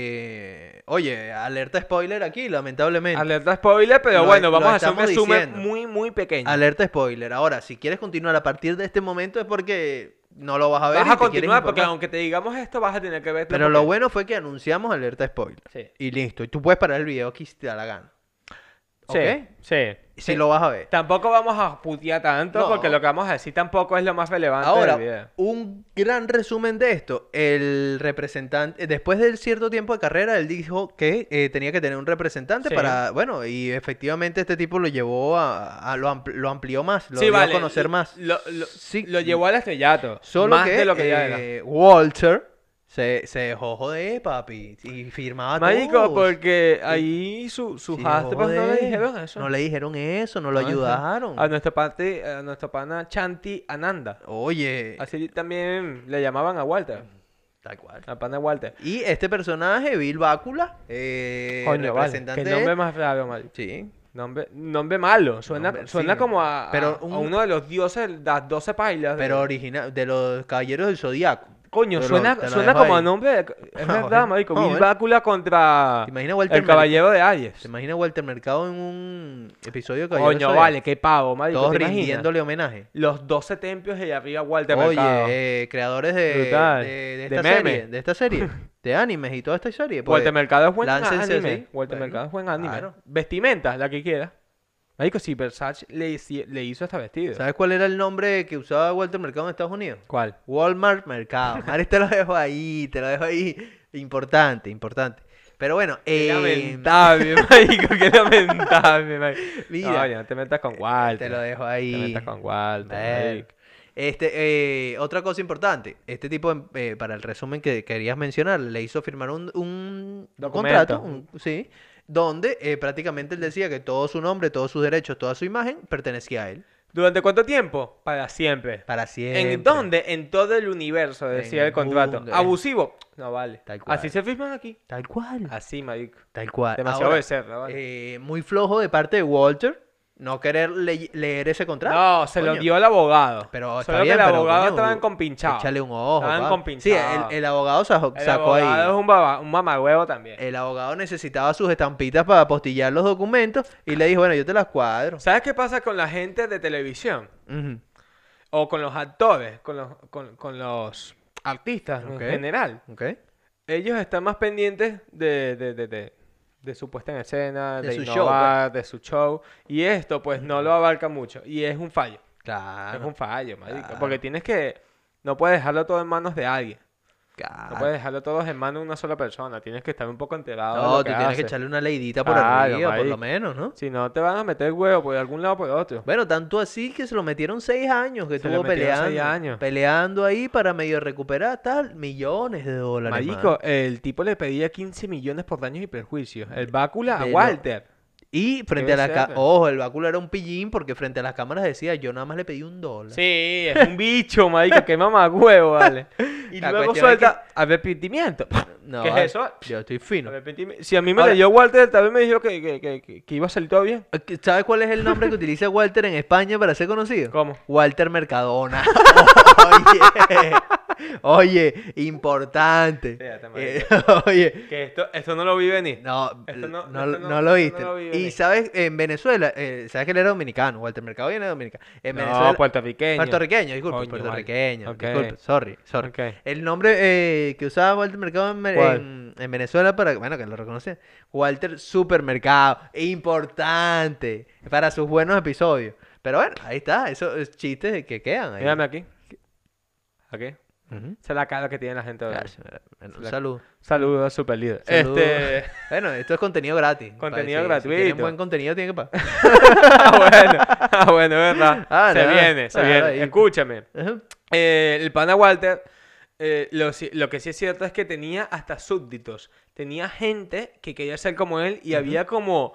S2: Este, oye, alerta spoiler aquí, lamentablemente.
S1: Alerta spoiler, pero
S2: Lo-
S1: bueno,
S2: lo
S1: vamos a hacer un
S2: estamos
S1: resumen
S2: diciendo.
S1: muy, muy pequeño.
S2: Alerta spoiler. Ahora, si quieres continuar a partir de este momento es porque no lo vas a ver.
S1: vas
S2: y
S1: a
S2: te quieres
S1: continuar porque
S2: informar.
S1: aunque te digamos esto, vas a tener que verlo.
S2: Pero lo
S1: porque-
S2: bueno fue que anunciamos alerta spoiler.
S1: Sí.
S2: Y listo. Y tú puedes parar el video aquí si te da la gana.
S1: Sí,
S2: ¿Ok?
S1: sí.
S2: Si
S1: Sí.
S2: lo vas a ver.
S1: Tampoco vamos a putear tanto
S2: No.
S1: porque lo que vamos a decir tampoco es lo más relevante del video.
S2: Ahora, un gran resumen de esto. El representante, después de cierto tiempo de carrera, él dijo que eh, tenía que tener un representante
S1: Sí.
S2: para, bueno, y efectivamente este tipo lo llevó a, a- lo, ampl- lo amplió más, lo
S1: sí,
S2: dio
S1: vale.
S2: a conocer más.
S1: Lo, lo-
S2: Sí.
S1: lo llevó al estrellato.
S2: Solo
S1: más
S2: que,
S1: de lo que ya era.
S2: eh, Walter se, se dejó joder, papi. Y firmaba
S1: Marico,
S2: todos.
S1: porque ahí su- sus
S2: Sí, se dejó
S1: astros no le
S2: joder.
S1: dijeron eso.
S2: No le dijeron eso, no lo
S1: No, Ah,
S2: ayudaron.
S1: A nuestro, parte, a nuestro pana Chanti Ananda.
S2: Oye,
S1: Así también le llamaban a Walter.
S2: tal cual.
S1: Al pana Walter.
S2: Y este personaje, Bill Bácula, eh,
S1: Coño, vale.
S2: representante...
S1: Qué nombre más raro, marico.
S2: Sí.
S1: Nombre, nombre malo. Suena,
S2: Nombre-
S1: suena
S2: sí,
S1: como a, a-
S2: pero
S1: a
S2: un-
S1: uno de los dioses, de las 12 pailas. de-
S2: Pero original, de los Caballeros del Zodíaco.
S1: Coño,
S2: Te lo-
S1: suena,
S2: te lo
S1: suena
S2: dejo
S1: como
S2: ahí.
S1: a nombre de...
S2: *laughs*
S1: Es
S2: Ah,
S1: verdad,
S2: bueno.
S1: marico.
S2: Ah,
S1: Bill
S2: bueno.
S1: Bácula contra
S2: ¿Te imaginas Walter
S1: el
S2: Mercado?
S1: caballero de Aries.
S2: ¿Se imagina Walter Mercado en un episodio de Caballeros del
S1: Coño,
S2: Zodíaco?
S1: vale, qué pavo, marico.
S2: Todos
S1: ¿te imaginas?
S2: rindiéndole homenaje.
S1: Los 12 tempios y arriba Walter Mercado.
S2: Oye, eh, creadores de,
S1: Brutal.
S2: de, de
S1: De
S2: esta
S1: memes.
S2: serie, de
S1: *laughs*
S2: esta serie, de animes y toda esta serie. pues,
S1: Walter Mercado es buen
S2: láncense,
S1: anime.
S2: sí.
S1: Walter
S2: Bueno,
S1: Mercado es buen anime.
S2: claro.
S1: Vestimentas, la que quiera. Marico, si Versace le, hici- le hizo hasta vestido.
S2: ¿Sabes cuál era el nombre que usaba Walter Mercado en Estados Unidos?
S1: ¿Cuál? *laughs*
S2: Walmart Mercado. Ahora te lo dejo ahí, te lo dejo ahí. Importante, importante. Pero bueno,
S1: Qué
S2: eh,
S1: lamentable, *laughs* marico, qué lamentable, marico.
S2: Mira. Eh,
S1: Oye, no te metas con Walter.
S2: te lo dejo
S1: Te
S2: ahí.
S1: metas con Walter,
S2: Ver.
S1: marico.
S2: Este, eh, otra cosa importante, este tipo, de- eh, para el resumen que querías mencionar, le hizo firmar un, un
S1: Documento.
S2: contrato, un- sí, donde eh, prácticamente él decía que todo su nombre, todos sus derechos, toda su imagen pertenecía a él.
S1: ¿Durante cuánto tiempo? Para siempre.
S2: Para siempre.
S1: ¿En dónde? En todo el universo,
S2: En
S1: decía el
S2: el
S1: contrato.
S2: mundo, eh.
S1: ¿Abusivo? No vale.
S2: Tal cual.
S1: Así se firman aquí.
S2: Tal cual.
S1: Así, marico.
S2: Tal cual.
S1: Demasiado
S2: Ahora,
S1: becerra,
S2: eh, muy flojo de parte de Walter no querer le- leer ese contrato.
S1: No, se lo
S2: Coño.
S1: dio al abogado.
S2: Pero está
S1: Solo
S2: bien,
S1: que el
S2: pero,
S1: abogado
S2: coño,
S1: estaba encompinchado.
S2: Échale un ojo.
S1: Estaban
S2: pa. Sí,
S1: compinchados.
S2: el, el abogado sajo-
S1: El
S2: sacó ahí. Eh.
S1: abogado es un, baba- un mamagüevo también.
S2: El abogado necesitaba sus estampitas para apostillar los documentos y le dijo, bueno, yo te las cuadro.
S1: ¿Sabes qué pasa con la gente de televisión?
S2: Ujú.
S1: O con los actores, con los, con, con los artistas
S2: Ok.
S1: en general.
S2: ¿Ok?
S1: Ellos están más pendientes de, de, de, de- de su puesta en escena, de,
S2: De su show, pues.
S1: innovar, de su show. Y esto, pues, no lo abarca mucho. Y es un fallo.
S2: Claro.
S1: Es un fallo, marico.
S2: Ah, Claro.
S1: Porque tienes que... No puedes dejarlo todo en manos de alguien.
S2: claro.
S1: No puedes dejarlo todo en manos de una sola persona. Tienes que estar un poco enterado de
S2: No,
S1: lo
S2: tú
S1: que
S2: tienes que
S1: haces.
S2: echarle una leidita por
S1: Claro,
S2: arriba, por
S1: marico.
S2: lo menos, ¿no?
S1: Si no, te van a meter huevo por algún lado o por otro.
S2: Bueno, tanto así que se lo metieron seis años que
S1: Se lo
S2: estuvo
S1: metieron
S2: peleando.
S1: seis años.
S2: Peleando ahí para medio recuperar tal, millones de dólares. mano.
S1: Marico, el tipo le pedía 15 millones por daños y perjuicios. El Bácula a
S2: Pero-
S1: Walter.
S2: Y frente a la
S1: becerra.
S2: cámara, ojo, el báculo era un pillín porque frente a las cámaras decía, yo nada más le pedí un dólar.
S1: Sí, es un bicho, marico, que mamagüevo,
S2: *laughs*
S1: vale. Y
S2: La
S1: luego
S2: cuestión es
S1: suelta arrepentimiento.
S2: No,
S1: ¿Qué es
S2: vale,
S1: eso?
S2: Yo estoy fino.
S1: Arrepentimi- Si a mí me
S2: Ahora-
S1: leyó Walter, también me dijo que, que- que- que- que iba a salir todo bien.
S2: ¿Sabes cuál es el nombre que utiliza Walter en España para ser conocido?
S1: ¿Cómo? *laughs*
S2: Walter Mercadona. oye, oye, importante.
S1: Fíjate,
S2: Eh,
S1: marico.
S2: *laughs* oye,
S1: Que esto, esto no lo vi venir.
S2: no,
S1: Esto no-
S2: no,
S1: esto no-
S2: no lo
S1: esto
S2: viste.
S1: no lo vi
S2: y
S1: venir.
S2: sabes, en Venezuela, eh, sabes que él era dominicano, Walter Mercado viene de Dominicano. En Venezuela,
S1: No, puertorriqueño.
S2: puertorriqueño, disculpa,
S1: Coño, vale.
S2: puertorriqueño,
S1: Ok.
S2: disculpa, sorry, sorry.
S1: Ok.
S2: El nombre eh, que usaba Walter Mercado en, Mer-
S1: ¿Cuál?
S2: en- en Venezuela para, bueno, que lo reconocen, Walter Supermercado, importante para sus buenos episodios. Pero bueno, ahí está, esos eh, chistes que quedan ahí.
S1: Mírame aquí. Aquí.
S2: Ujú.
S1: Esa es la cara que tiene la gente. hoy.
S2: Claro, señora. Bueno, un saludo.
S1: Saludos, super líder.
S2: Saludo.
S1: Este. *laughs*
S2: Bueno, esto es contenido gratis.
S1: Contenido
S2: Para- si- Si tienen
S1: gratuito.
S2: buen contenido, tienen que pagar.
S1: ah, bueno. Ah, bueno, es verdad.
S2: Ah,
S1: se
S2: no.
S1: viene, se
S2: Ah,
S1: viene.
S2: ahí.
S1: Escúchame.
S2: *laughs* Ajá.
S1: Eh, el pana Walter, eh, lo, si- lo que sí es cierto es que tenía hasta súbditos. Tenía gente que quería ser como él y había como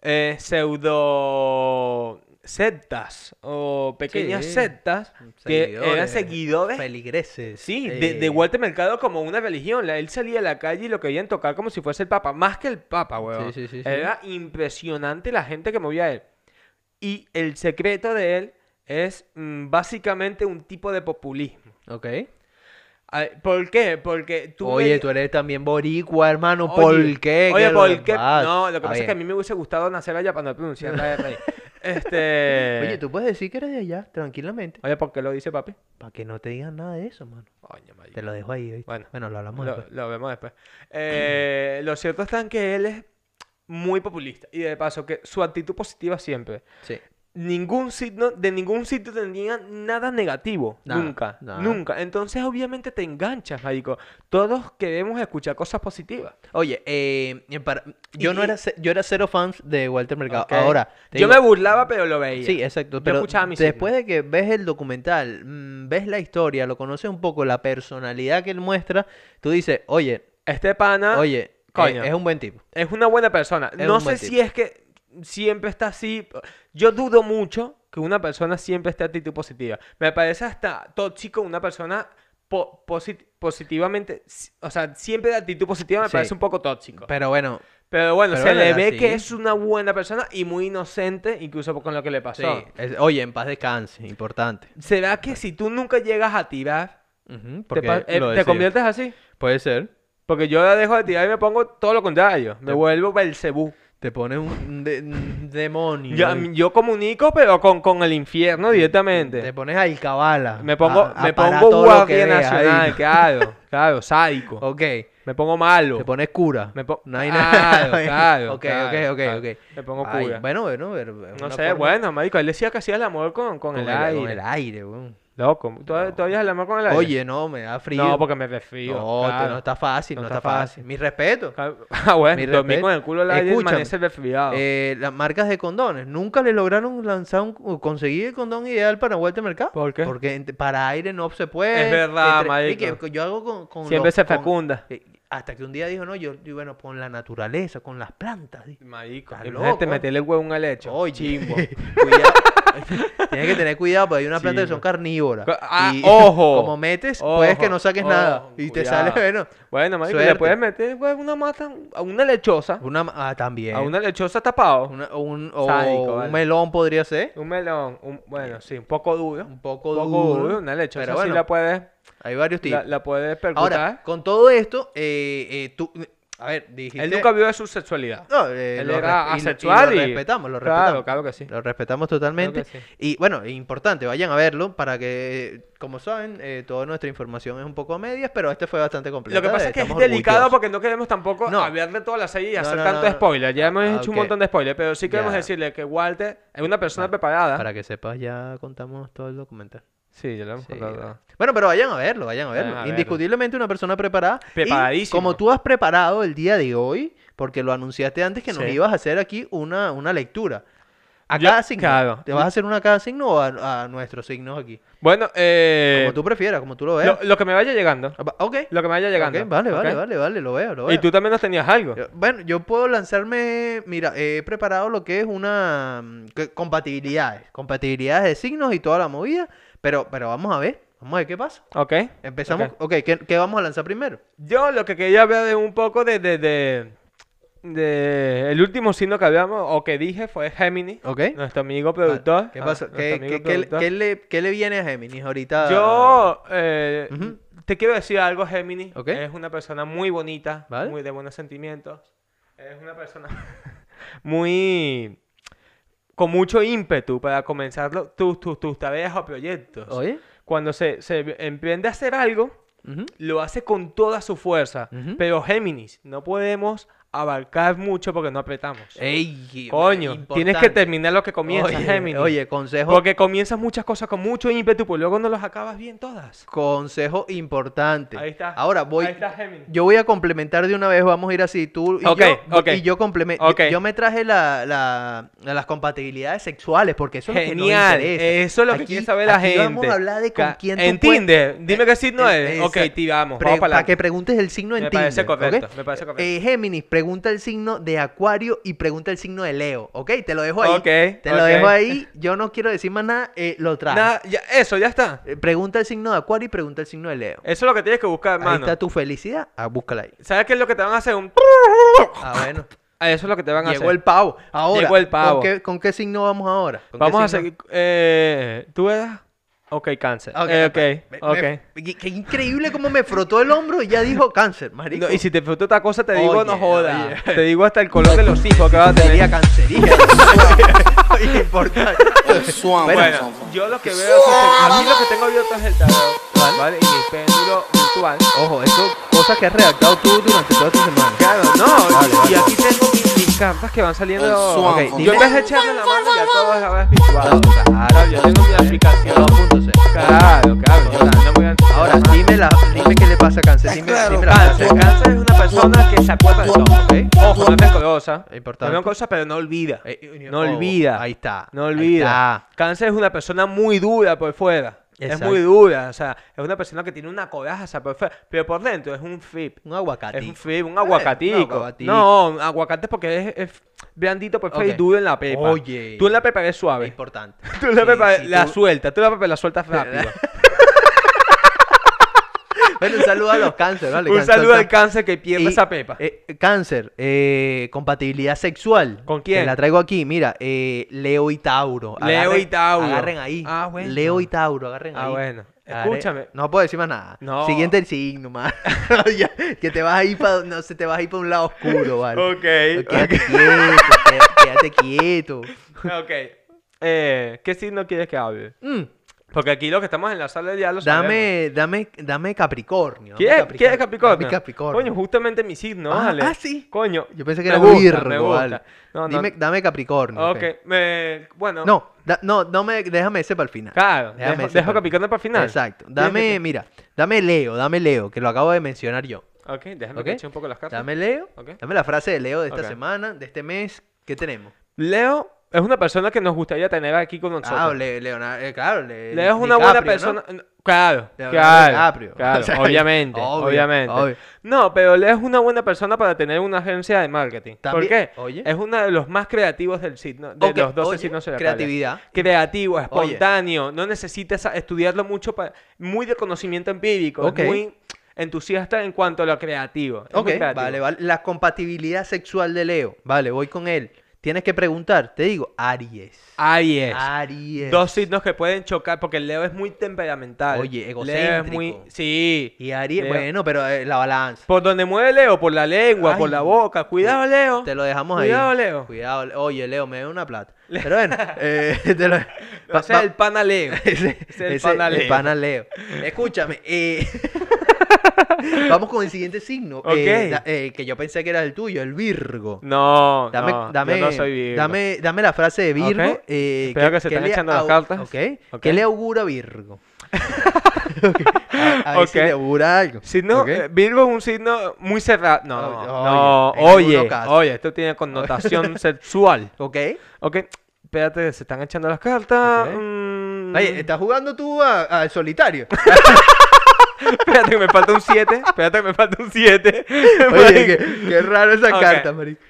S1: eh, pseudo sectas o pequeñas
S2: Sí.
S1: sectas que eran
S2: Seguidores,
S1: seguidores.
S2: Feligreses.
S1: Sí, de, de
S2: eh,
S1: Walter Mercado como una religión. La- Él salía a la calle y lo querían tocar como si fuese el Papa. Más que el Papa, weón.
S2: Sí, sí, sí, sí.
S1: Era impresionante la gente que movía a él. Y el secreto de él es mm, básicamente un tipo de populismo.
S2: Ok.
S1: A ver, ¿Por qué? Porque tú...
S2: Oye,
S1: ve-
S2: tú eres también boricua, hermano.
S1: Oye,
S2: ¿Por qué?
S1: Oye,
S2: ¿Qué
S1: ¿por
S2: le
S1: qué?
S2: pasa?
S1: No, lo que
S2: Está
S1: pasa es que a
S2: bien.
S1: mí me hubiese gustado nacer allá para no pronunciar la R ahí.
S2: *laughs*
S1: Este...
S2: Oye, tú puedes decir que eres de allá, tranquilamente.
S1: Oye, ¿por qué lo dice papi?
S2: Para que no te digan nada de eso, mano.
S1: Coño, marico.
S2: Te lo dejo ahí, ¿oíste?
S1: Bueno.
S2: lo hablamos
S1: Lo,
S2: después.
S1: lo vemos después. Eh, lo cierto está en que él es muy populista. Y de paso, que su actitud positiva siempre.
S2: Sí.
S1: Ningún signo, de ningún sitio tenía nada negativo.
S2: Nada,
S1: nunca.
S2: nada.
S1: Nunca. Entonces, obviamente, te enganchas, marico. Todos queremos escuchar cosas positivas.
S2: Oye, eh, y para- yo, no
S1: Y-
S2: era, ce- yo era cero fans de Walter Mercado.
S1: ¿ok?
S2: Ahora, te
S1: Yo
S2: digo-
S1: me burlaba, pero lo veía.
S2: Sí, exacto.
S1: Yo
S2: Pero
S1: escuchaba mi
S2: después
S1: signo.
S2: de que ves el documental, mm, ves la historia, lo conoces un poco, la personalidad que él muestra, tú dices, oye,
S1: Este pana
S2: oye, eh,
S1: coño.
S2: es un buen tipo.
S1: es una buena persona.
S2: Es
S1: No
S2: un
S1: sé
S2: buen
S1: si
S2: tipo.
S1: es que siempre está así. Yo dudo mucho que una persona siempre esté actitud positiva. Me parece hasta tóxico una persona po- posit- positivamente. O sea, siempre de actitud positiva me
S2: Sí.
S1: parece un poco tóxico. Pero,
S2: Pero bueno,
S1: bueno,
S2: pero
S1: se
S2: bueno,
S1: le
S2: era
S1: ve que
S2: así.
S1: es una buena persona y muy inocente, incluso con lo que le
S2: sí,
S1: pasó.
S2: es- oye, en paz descanse, importante.
S1: ¿Será que si tú nunca llegas a tirar, te,
S2: Ujú, porque
S1: pa- eh,
S2: lo
S1: te
S2: decía.
S1: conviertes así?
S2: Puede ser.
S1: Porque yo la dejo de tirar y me pongo todo lo contrario. Me vuelvo Belcebú.
S2: Te pones un, un de- un demonio.
S1: Yo,
S2: y
S1: yo comunico, pero con, con el infierno directamente.
S2: Te pones Ah, al cabala.
S1: Me pongo, me pongo guardia
S2: *laughs*
S1: nacional, claro, claro, sádico.
S2: Ok.
S1: Me pongo malo.
S2: Te pones cura.
S1: Me po- Ah,
S2: No hay
S1: Claro,
S2: nada. *laughs*
S1: claro,
S2: Ok,
S1: claro,
S2: ok, ok,
S1: claro.
S2: ok.
S1: Me pongo
S2: Ay,
S1: cura.
S2: Bueno, bueno, pero. es
S1: no
S2: una
S1: sé,
S2: forma-
S1: bueno, marico, él decía que hacía el amor con, con
S2: Con
S1: el
S2: el, con
S1: aire.
S2: el aire, weón.
S1: Loco, ¿todavía, todavía es el amor con el aire?
S2: Oye, no, me da frío.
S1: No, porque me resfrío.
S2: No, te-
S1: claro.
S2: no está fácil, no,
S1: No
S2: está
S1: está
S2: fácil.
S1: fácil.
S2: Mi respeto.
S1: Ah,
S2: Mi
S1: bueno, dormí
S2: respeto.
S1: con el culo al aire y
S2: Escúchame,
S1: amanece resfriado.
S2: Eh, las marcas de condones nunca le lograron lanzar un, o conseguir el condón ideal para vuelta al mercado.
S1: ¿Por qué?
S2: Porque ent- para aire no se puede.
S1: Es verdad,
S2: entre- y que-
S1: marico.
S2: que yo hago con, con
S1: Siempre
S2: los-
S1: se
S2: con-
S1: fecunda.
S2: eh, hasta que un día dijo, no, yo, yo, bueno, con la naturaleza, con las plantas. di-
S1: Marico,
S2: estás
S1: imagínate
S2: loco.
S1: meterle huevo a un helecho.
S2: Oye,
S1: Chimbo.
S2: *laughs* cuidado. Tienes que tener cuidado porque hay unas plantas que son
S1: Chimbo.
S2: carnívoras.
S1: Co- ah,
S2: y *laughs*
S1: ojo.
S2: Como metes, puedes que
S1: Ojo,
S2: no saques nada.
S1: ojo,
S2: Y te
S1: cuidado.
S2: sale, bueno.
S1: Bueno, marico, le
S2: suerte.
S1: puedes meter huevo a una mata, a una lechosa,
S2: Una, ma- ah, también.
S1: a una lechosa tapado.
S2: Una- o un, o
S1: Sádico,
S2: un
S1: vale.
S2: melón podría ser.
S1: Un melón, un- bueno, sí, un poco duro.
S2: Un poco duro,
S1: una lechosa
S2: pero
S1: sí
S2: bueno.
S1: la puedes,
S2: Hay varios tipos.
S1: la, la puedes percutar.
S2: Ahora, con todo esto, eh, eh, tú. A ver, dijiste.
S1: Él nunca vio de su sexualidad.
S2: No, eh,
S1: Él
S2: lo
S1: era
S2: res- y- y
S1: asexual
S2: lo
S1: y-
S2: respetamos, lo
S1: Claro,
S2: respetamos.
S1: claro que sí.
S2: Lo respetamos totalmente.
S1: Creo que sí.
S2: Y bueno, importante, vayan a verlo para que, como saben, eh, toda nuestra información es un poco a medias, pero este fue bastante completo.
S1: Lo que pasa es que es delicado porque no queremos tampoco
S2: No.
S1: hablar de toda la serie y
S2: No,
S1: hacer
S2: no, no,
S1: tanto
S2: no.
S1: spoiler. Ya hemos
S2: Ah,
S1: hecho un
S2: ok.
S1: montón de spoilers, pero sí queremos
S2: Ya.
S1: decirle que Walter es una persona preparada.
S2: Para que sepas, ya contamos todo el documental.
S1: Sí, ya lo hemos
S2: Sí,
S1: contado.
S2: Bueno, pero vayan a verlo, vayan a
S1: Vayan
S2: verlo.
S1: a verlo.
S2: Indiscutiblemente una persona preparada. Y
S1: Preparadísimo.
S2: como tú has preparado el día de hoy, porque lo anunciaste antes que nos
S1: Sí.
S2: ibas a hacer aquí una, una lectura. A
S1: Yo-
S2: cada signo.
S1: claro.
S2: ¿Te vas a hacer una a cada signo o a, a nuestros signos aquí?
S1: Bueno, eh,
S2: Como tú prefieras, como tú lo veas.
S1: lo, lo que me vaya llegando.
S2: Ah, va- Ok.
S1: Lo que me vaya llegando.
S2: Ok, vale, vale,
S1: ¿ok?
S2: vale, vale, lo veo, lo
S1: Y
S2: veo.
S1: tú también nos tenías algo.
S2: Yo- Bueno, yo puedo lanzarme, mira, he preparado lo que es una mm, que- compatibilidades, compatibilidades de signos y toda la movida, pero, pero vamos a ver, vamos a ver qué pasa.
S1: ¿Ok?
S2: Empezamos,
S1: Ok.
S2: ok, ¿qué, qué vamos a lanzar primero?
S1: Yo lo que quería hablar de un poco de, de, de, de- El último signo que hablamos o que dije fue Géminis.
S2: Ok. Ah,
S1: Nuestro amigo productor.
S2: ¿Qué
S1: Ah,
S2: pasó?
S1: nuestro
S2: ¿Qué,
S1: amigo
S2: qué- qué le-
S1: productor.
S2: qué le, qué le viene a Géminis ahorita?
S1: Yo eh,
S2: Ujú.
S1: te quiero decir algo, Géminis.
S2: Ok.
S1: Es una persona muy bonita,
S2: Vale.
S1: muy de buenos sentimientos. Es una persona *laughs* muy con mucho ímpetu para comenzar lo- tus, tus, tus tareas o proyectos.
S2: ¿Oye?
S1: Cuando se, se emprende a hacer algo,
S2: Ujú.
S1: lo hace con toda su fuerza.
S2: Ujú.
S1: Pero Géminis, no podemos abarcar mucho porque no apretamos.
S2: Ey,
S1: Coño, tienes que
S2: importante.
S1: terminar lo que comienzas,
S2: Oye,
S1: Géminis.
S2: Oye, consejo,
S1: Porque comienzas muchas cosas con mucho ímpetu, pues luego no las acabas bien todas.
S2: consejo importante.
S1: Ahí está.
S2: Ahora voy,
S1: Ahí está Géminis.
S2: yo voy a complementar de una vez, vamos a ir así, tú y
S1: Ok,
S2: yo,
S1: ok.
S2: y yo complemento.
S1: Ok.
S2: Yo, me traje la, la- la- las compatibilidades sexuales, porque eso es
S1: Genial,
S2: lo que nos interesa.
S1: eso es lo que
S2: Aquí-
S1: quiere saber la
S2: aquí
S1: gente.
S2: Vamos a hablar de con
S1: Ca-
S2: quién
S1: En
S2: tú puedes-
S1: Tinder, dime qué signo
S2: Eh,
S1: es. Ok,
S2: exacto.
S1: ti vamos,
S2: Pre-
S1: vamos para
S2: para que
S1: adelante.
S2: preguntes el signo en
S1: Me
S2: Tinder.
S1: parece correcto,
S2: ¿ok?
S1: me parece correcto.
S2: Eh, Géminis, pregunta el signo de Acuario y pregunta el signo de Leo. ¿Ok? Te lo dejo ahí.
S1: Ok,
S2: Te lo
S1: ok.
S2: dejo ahí. Yo no quiero decir más nada. eh, lo traje.
S1: Nada, ya- eso, ya está.
S2: Eh, Pregunta el signo de Acuario y pregunta el signo de Leo.
S1: Eso es lo que tienes que buscar,
S2: ahí
S1: hermano.
S2: está tu felicidad. Ah, búscala ahí.
S1: ¿Sabes qué es lo que te van a hacer? Un... *laughs*
S2: Ah, bueno.
S1: Eso es lo que te van a
S2: Llegó
S1: hacer.
S2: el pavo. Ahora.
S1: Llegó el pavo.
S2: ¿Con qué, con qué signo vamos ahora? ¿Con qué
S1: Vamos a
S2: signo?
S1: seguir. eh, ¿Tú eras? Ok, cáncer.
S2: Ok,
S1: Eh,
S2: me-
S1: ok,
S2: me-
S1: ok.
S2: qué- qué increíble cómo me frotó el hombro y ya dijo cáncer, marico.
S1: No, y si te falta otra cosa, te digo, no
S2: Oye,
S1: joda.
S2: oye.
S1: Te digo hasta el color de los hijos que vas a *laughs* tener.
S2: Sería cancerígena. *laughs* Oye, importante.
S1: Bueno, yo lo que veo es que a mí lo que tengo abierto es el tarot, ¿vale? Y mi péndulo virtual.
S2: Ojo, eso, cosas que has redactado tú durante toda tu semana.
S1: Claro, no,
S2: Vale,
S1: y- y
S2: vale.
S1: aquí tengo mis, mis cartas que van
S5: El
S1: saliendo.
S5: swamp.
S1: Ok, Yo en vez de echarle la mano, ya todo es ahora es visual.
S2: Claro,
S1: yo tengo mi aplicación.
S2: 2.0.
S1: Claro, claro, yo no voy a
S2: Ahora, dime, la, dime qué le pasa a Cáncer. Dime, dime la
S1: Cáncer,
S2: frase.
S1: cáncer es una persona que se acuerda de todo, ¿eh? ¿ok? Ojo, no es rencorosa.
S2: Importante.
S1: No es cosa, pero no olvida.
S2: Eh,
S1: No
S2: ojo,
S1: olvida.
S2: Ahí está.
S1: No
S2: ahí
S1: olvida.
S2: está.
S1: Cáncer es una persona muy dura por fuera.
S2: Exacto.
S1: Es muy dura, o sea, es una persona que tiene una coraza por fuera, pero por dentro es un flip.
S2: Un aguacate.
S1: Es un flip, un
S2: Eh, un
S1: aguacatico.
S2: aguacatico.
S1: no, un aguacate porque es, es blandito por fuera
S2: Ok.
S1: y duro en la pepa.
S2: Oye.
S1: Tú en la pepa eres suave.
S2: Importante.
S1: Tú en la
S2: Sí,
S1: pepa
S2: sí,
S1: la
S2: tú-
S1: sueltas, tú en la pepa la
S2: *laughs*
S1: sueltas rápido.
S2: Bueno, un saludo a los cáncer, ¿vale?
S1: un
S2: Cáncer,
S1: saludo
S2: está-
S1: al cáncer que pierde
S2: Y,
S1: esa pepa.
S2: eh, cáncer, eh, compatibilidad sexual.
S1: ¿Con
S2: Te
S1: quién?
S2: la traigo aquí, mira, eh, Leo y Tauro.
S1: Leo y Tauro.
S2: Agarren ahí.
S1: Ah, bueno.
S2: Leo y Tauro, agarren
S1: Ah,
S2: ahí.
S1: bueno.
S2: Agarre-
S1: Escúchame.
S2: No puedo decir más nada.
S1: No.
S2: Siguiente signo, más. *laughs* Ya, que te vas a ir para no sé, te vas a ir para un lado oscuro, vale.
S1: Ok,
S2: Quédate quieto, quédate- quédate quieto.
S1: Ah, ok. Eh, ¿Qué signo quieres que hable?
S2: Mm,
S1: Porque aquí los que estamos en la sala de diálogo.
S2: Dame, dame, dame Capricornio. dame
S1: ¿Quién es Capricornio? Capricornio?
S2: Dame Capricornio.
S1: Coño, justamente mi signo,
S2: Ah,
S1: vale.
S2: ah, sí.
S1: Coño.
S2: Yo pensé que
S1: me
S2: era
S1: gusta,
S2: Virgo,
S1: me gusta.
S2: vale.
S1: No, no.
S2: Dime, dame Capricornio.
S1: ok, me- bueno.
S2: No, da- no, no me, déjame ese para el final.
S1: Claro,
S2: Déjame
S1: dejo,
S2: ese
S1: dejo
S2: pa'l-
S1: Capricornio para final.
S2: Exacto.
S1: Bien, bien,
S2: Dame,
S1: bien.
S2: mira, dame Leo, dame Leo, que lo acabo de mencionar yo.
S1: Ok, déjame
S2: ¿ok?
S1: que eche un poco las cartas.
S2: Dame Leo,
S1: Ok.
S2: dame la frase de Leo de esta
S1: Ok.
S2: semana, de este mes. ¿Qué tenemos?
S1: Leo es una persona que nos gustaría tener aquí con nosotros.
S2: Ah, Le- Leonardo, eh, claro. Le-
S1: Leo es una buena
S2: DiCaprio, ¿no?
S1: persona. n- Claro,
S2: Leonardo
S1: claro,
S2: DiCaprio.
S1: claro,
S2: *laughs* O sea,
S1: obviamente,
S2: obvio,
S1: obviamente.
S2: obvio.
S1: No, pero Leo es una buena persona para tener una agencia de marketing. ¿Por
S2: También-
S1: qué?
S2: oye.
S1: Es uno de los más creativos del signo, de
S2: Ok,
S1: los 12
S2: oye,
S1: signos zodiacales.
S2: creatividad.
S1: Creativo,
S2: Oye.
S1: espontáneo, no necesitas a- estudiarlo mucho, pa- muy de conocimiento empírico, es
S2: Ok.
S1: muy entusiasta en cuanto a lo creativo. es muy
S2: Ok,
S1: creativo.
S2: vale, vale. La compatibilidad sexual de Leo. Vale, voy con él. Tienes que preguntar, te digo, Aries.
S1: Aries.
S2: Aries.
S1: Dos signos que pueden chocar, porque Leo es muy temperamental.
S2: Oye,
S1: Leo es muy...
S2: egocéntrico.
S1: Sí.
S2: Y Aries,
S1: Leo-
S2: bueno, pero eh, la balanza.
S1: Por donde mueve Leo, por la lengua, por
S2: Ay,
S1: la boca. Cuidado, Leo.
S2: Te lo dejamos
S1: Cuidado,
S2: ahí.
S1: Leo.
S2: Cuidado, Leo. Oye, Leo, me da
S1: *laughs*
S2: una plata. Pero bueno, eh, *laughs* te lo...
S1: O sea, el pana Leo.
S2: *laughs* Ese,
S1: es el
S2: ese-
S1: pana Leo.
S2: pana Leo. Escúchame.
S1: *laughs*
S2: eh, Vamos con el siguiente signo. eh,
S1: Ok.
S2: da- eh, que yo pensé que era el tuyo, el Virgo.
S1: No,
S2: Dame,
S1: no,
S2: dame,
S1: yo no soy Virgo.
S2: Dame, dame la frase de Virgo.
S1: Ok.
S2: eh,
S1: Espero que se estén
S2: le
S1: echando las
S2: au-
S1: cartas.
S2: ok,
S1: Ok.
S2: ¿Qué le
S1: *laughs*
S2: augura Virgo? Ok, A, a ver si
S1: Ok.
S2: le augura algo.
S1: Signo,
S2: ok.
S1: eh, Virgo es un signo muy cerrado. No,
S2: Oye,
S1: no,
S2: en
S1: oye,
S2: algunos
S1: oye,
S2: casos. Oh.
S1: esto tiene
S2: *laughs*
S1: connotación sexual.
S2: Ok.
S1: Ok, espérate, se están echando las cartas.
S2: Ok.
S1: mm,
S2: Oye, ¿estás jugando tú a- al solitario?
S1: espérate que me falta un 7. Espérate que me falta un *laughs* 7.
S2: *laughs* Oye, qué, qué raro esa
S1: Ok. eh,
S2: carta, marico.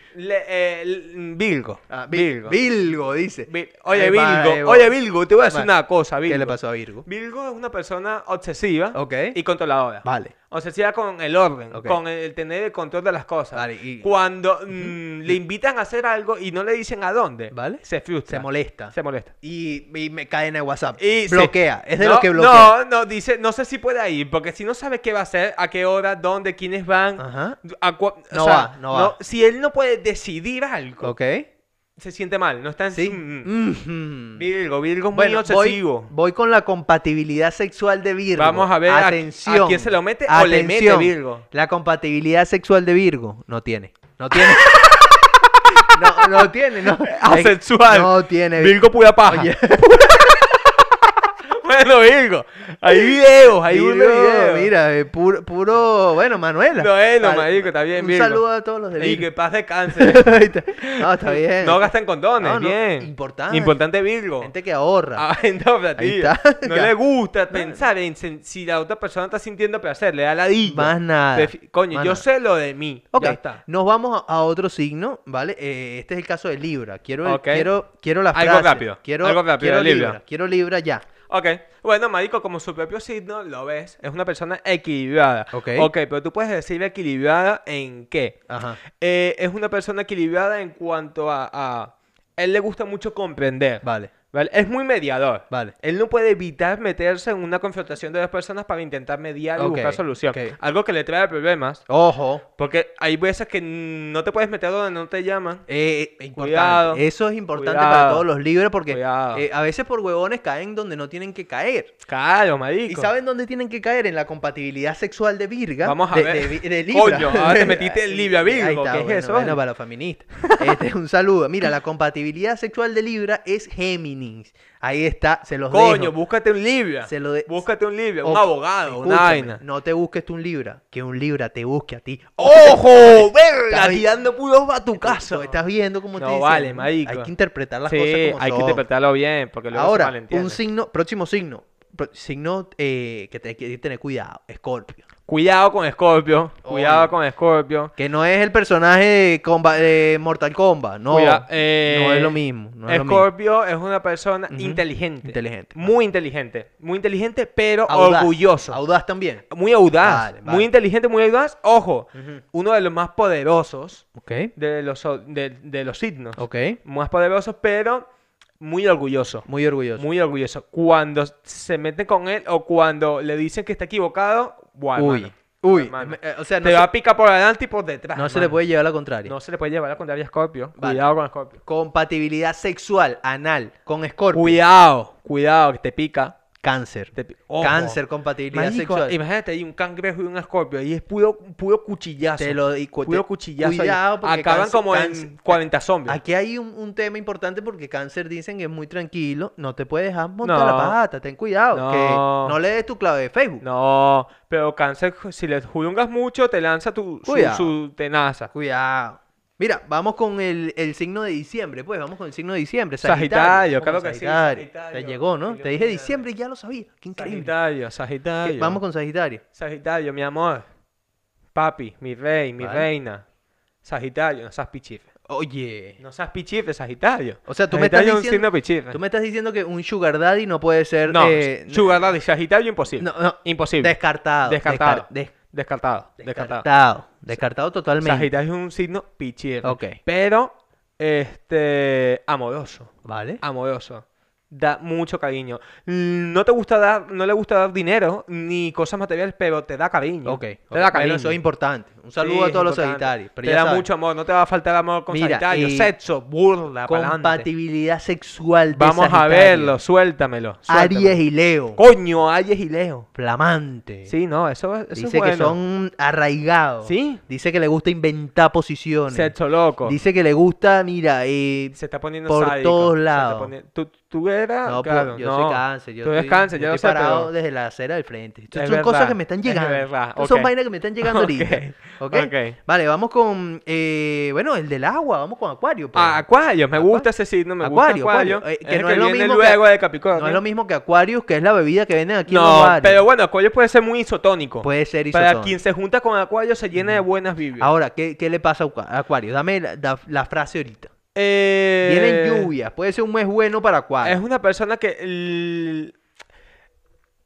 S1: mm, Virgo.
S2: Ah, Vi-
S1: Virgo.
S2: Virgo. dice.
S1: Vi- Oye,
S2: Ahí va, ahí
S1: Virgo,
S2: va.
S1: oye, Virgo, te voy a decir
S2: Vale.
S1: una cosa, Virgo.
S2: ¿Qué le pasó a Virgo?
S1: Virgo es una persona obsesiva
S2: Ok.
S1: y controladora.
S2: Vale.
S1: Obsesiva con el orden,
S2: Ok.
S1: con el tener el control de las cosas.
S2: Vale, y-
S1: Cuando mm, le invitan a hacer algo y no le dicen a dónde,
S2: Vale.
S1: se frustra.
S2: Se molesta.
S1: Se molesta.
S2: Y, y me caen en WhatsApp.
S1: Y sí.
S2: bloquea. Es de
S1: no,
S2: los que bloquea.
S1: No, no, dice, no sé si puede ir, porque si no sabe qué va a hacer, a qué hora, dónde, quiénes van.
S2: Ajá.
S1: a cua- o
S2: No
S1: sea,
S2: va, no va.
S1: si él no puede decidir algo,
S2: Ok.
S1: se siente mal, no está en
S2: Sí.
S1: Mm.
S2: Mhm.
S1: Virgo, Virgo es muy
S2: Bueno, voy,
S1: obsesivo.
S2: voy con la compatibilidad sexual de Virgo.
S1: Vamos a ver a-
S2: Atención.
S1: a quién se lo mete o le mete Virgo.
S2: La compatibilidad sexual de Virgo no tiene. No tiene. *laughs* no, no tiene, no.
S1: asexual.
S2: No tiene.
S1: Virgo pura paja.
S2: Oye.
S1: *laughs* bueno, Virgo. Hay videos, hay
S2: Virgo,
S1: burda de videos.
S2: mira, eh, puro, puro, bueno, Manuela.
S1: No, eh, no,
S2: Al-
S1: marico, está bien,
S2: Un
S1: Virgo.
S2: saludo a todos los de
S1: Y
S2: Virgo.
S1: que paz de
S2: *laughs*
S1: cáncer.
S2: no, está
S1: *laughs*
S2: bien.
S1: No gastan condones,
S2: No, no,
S1: bien.
S2: importante.
S1: Importante Virgo.
S2: Gente que ahorra.
S1: Ah, *laughs* no, pero a
S2: Ahí
S1: ti,
S2: está.
S1: No le gusta pensar en sen- si la otra persona está sintiendo placer, le da la
S2: Más nada,
S1: Coño,
S2: más
S1: yo
S2: nada.
S1: sé lo de mí.
S2: ok,
S1: Ya está.
S2: nos vamos a, a otro signo, ¿vale? Eh, este es el caso de Libra. Quiero, el-
S1: Ok.
S2: quiero, quiero la frase.
S1: Algo rápido,
S2: Quiero,
S1: algo rápido,
S2: quiero
S1: Libra.
S2: Quiero Libra ya.
S1: Ok, bueno, marico, como su propio signo, lo ves, es una persona equilibrada.
S2: Ok.
S1: Ok, pero tú puedes decir equilibrada en qué.
S2: Ajá.
S1: Eh, es una persona equilibrada en cuanto a, a- Él le gusta mucho comprender.
S2: Vale.
S1: ¿vale? Es muy mediador.
S2: Vale.
S1: Él no puede evitar meterse en una confrontación de dos personas para intentar mediar y
S2: Ok,
S1: buscar solución.
S2: ok.
S1: Algo que le trae problemas.
S2: Ojo.
S1: Porque hay veces que no te puedes meter donde no te llaman.
S2: Eh, importante.
S1: Cuidado,
S2: Eso es importante para
S1: cuidado,
S2: todos los libres porque
S1: cuidado.
S2: eh, a veces por huevones caen donde no tienen que caer.
S1: Claro,
S2: ¿Y
S1: marico.
S2: saben dónde tienen que caer? En la compatibilidad sexual de Virga.
S1: Vamos a
S2: de,
S1: ver. *laughs*
S2: de- de Libra.
S1: Coño, ahora te metiste
S2: *laughs*
S1: en Libra, Virgo,
S2: Ahí está,
S1: ¿qué es
S2: bueno,
S1: eso,
S2: bueno,
S1: vale?
S2: para los feministas. *laughs* Este, un saludo. Mira, la compatibilidad sexual de Libra es Géminis. Ahí está, se los
S1: Coño,
S2: dejo.
S1: búscate un Libra.
S2: Se lo de-
S1: Búscate un Libra, un
S2: O-
S1: abogado, una
S2: escúchame,
S1: vaina.
S2: No te busques tú un Libra, que un Libra te busque a ti.
S1: *laughs* ¡Ojo! ¡Verga!
S2: Está bien.
S1: Tirando pulos a tu
S2: Tú
S1: casa.
S2: pues, Estás viendo cómo te
S1: No
S2: dicen,
S1: vale, marico.
S2: Hay que interpretar las
S1: sí,
S2: cosas como
S1: hay que
S2: son.
S1: interpretarlo bien, porque luego se
S2: Ahora,
S1: malentiende.
S2: un signo, próximo signo, pro- signo eh, que te- que hay que tener cuidado, Escorpio.
S1: Cuidado con Scorpio, cuidado
S2: Oye.
S1: con Scorpio.
S2: Que no es el personaje de, Comba- de Mortal Kombat, no.
S1: Cuida- eh,
S2: no es lo mismo. No es lo mismo.
S1: Scorpio es una persona
S2: Ujú,
S1: inteligente.
S2: inteligente.
S1: Muy inteligente. Muy inteligente, pero
S2: Audaz,
S1: orgulloso.
S2: Audaz también.
S1: Muy audaz.
S2: Vale,
S1: Muy
S2: vale.
S1: inteligente, muy audaz. Ojo,
S2: Ujú.
S1: uno de los más poderosos
S2: Ok,
S1: de los, de, de los signos.
S2: ok.
S1: Más poderosos, pero muy orgulloso.
S2: Muy orgulloso.
S1: Muy orgulloso. Cuando se meten con él o cuando le dicen que está equivocado, guau,
S2: uy,
S1: hermano.
S2: uy.
S1: hermano.
S2: eh, O sea, no,
S1: Te va a
S2: se,
S1: picar por adelante y por detrás.
S2: no se le
S1: hermano.
S2: puede llevar la contraria.
S1: No se le puede llevar a contraria a Scorpio.
S2: Vale.
S1: Cuidado con Scorpio.
S2: Compatibilidad sexual, anal, con Scorpio.
S1: Cuidado, cuidado, que te pica.
S2: Cáncer.
S1: Te pi- ojo.
S2: Cáncer, compatibilidad
S1: Marico,
S2: sexual.
S1: Imagínate ahí un cangrejo y un escorpio. Y es puro, puro cuchillazo.
S2: Te lo- y cu-
S1: puro
S2: te-
S1: cuchillazo. ahí.
S2: cuidado, porque
S1: Acaban
S2: cáncer-
S1: como en
S2: cáncer-
S1: 40 zombies.
S2: Aquí hay un, un tema importante porque cáncer dicen que es muy tranquilo, no te puedes dejar montar
S1: No.
S2: la pata, ten cuidado,
S1: No.
S2: que no le des tu clave de Facebook.
S1: No, pero cáncer, si le jurungas mucho, te lanza tu, su,
S2: Cuidado.
S1: su tenaza.
S2: Cuidado. Mira, vamos con el, el signo de diciembre, pues, vamos con el signo de diciembre.
S1: Sagitario,
S2: Sagitario,
S1: claro
S2: como
S1: que sí,
S2: Sagitario.
S1: Sagitario,
S2: Te llegó, ¿no? Te dije
S1: iluminado.
S2: diciembre y ya lo sabía. Qué increíble.
S1: Sagitario,
S2: Que-
S1: Sagitario.
S2: Vamos con Sagitario.
S1: Sagitario, mi amor. Papi, mi rey, mi
S2: Vale.
S1: reina. Sagitario, no seas pichifre.
S2: Oye.
S1: No seas pichifre, Sagitario.
S2: O sea, tú me estás
S1: Sagitario es un
S2: diciendo-
S1: signo pichifre.
S2: Tú me estás diciendo que un sugar daddy no puede ser...
S1: No,
S2: eh,
S1: Sugar Daddy, Sagitario, imposible.
S2: No, no.
S1: Imposible.
S2: Descartado.
S1: Descartado.
S2: descar- des-
S1: Descartado. Descartado.
S2: descartado. Descartado totalmente.
S1: Sagitario es un signo pichirre.
S2: Ok.
S1: Pero, este, amoroso.
S2: Vale.
S1: Amoroso. Da mucho cariño. Mm, No te gusta dar, no le gusta dar dinero ni cosas materiales, pero te da cariño.
S2: Ok. ok.
S1: Ah, Te da cariño.
S2: Bueno, eso es importante. Un
S1: Sí,
S2: saludo a
S1: es
S2: todos los
S1: importante.
S2: Sagitarios. pero
S1: te
S2: ya
S1: da
S2: saben,
S1: mucho amor, no te va a faltar amor con
S2: Mira,
S1: Sagitario.
S2: y-
S1: Sexo, burla, pa'lante.
S2: Compatibilidad sexual de
S1: Vamos a
S2: Sagitario.
S1: verlo, suéltamelo. suéltamelo.
S2: Aries y Leo.
S1: Coño, Aries y Leo.
S2: Flamante.
S1: Sí, no, eso, eso es
S2: Dice
S1: bueno.
S2: que son arraigados.
S1: Sí.
S2: Dice que le gusta inventar posiciones.
S1: Sexo loco.
S2: Dice que le gusta, mira, eh,
S1: Se está poniendo
S2: por
S1: sádico,
S2: todos
S1: se está
S2: lados.
S1: poniendo- Tú, tú eras.
S2: no, pero
S1: Ah, claro,
S2: yo
S1: no.
S2: soy cáncer, yo
S1: tú eres
S2: estoy-
S1: cáncer,
S2: yo
S1: ya lo sé,
S2: estoy parado
S1: pero-
S2: desde la acera del frente. Estas
S1: Es
S2: son cosas
S1: verdad,
S2: que me están
S1: es
S2: llegando.
S1: verdad,
S2: Estas Son
S1: ok.
S2: vainas que me están llegando ahorita.
S1: *laughs* Ok,
S2: ¿ok?
S1: ok.
S2: Vale, vamos con, eh, bueno, el del agua, vamos con Acuario. pues.
S1: Ah, Acuario, me gusta ese signo, me
S2: Acuario,
S1: gusta Acuario.
S2: Acuario, eh,
S1: que no es lo mismo
S2: que-
S1: luego de
S2: no
S1: Capricornio.
S2: es lo mismo que Acuarius, que es la bebida que venden aquí en
S1: No,
S2: los bares.
S1: pero bueno, Acuario puede ser muy isotónico.
S2: Puede ser
S1: Para
S2: isotónico.
S1: quien se junta con Acuario se llena de buenas vibras.
S2: Ahora, ¿qué, qué le pasa a Acua- Acuario? Dame la, da- la frase ahorita.
S1: Eh,
S2: Vienen lluvias, puede ser un mes bueno para Acuario.
S1: Es una persona que l-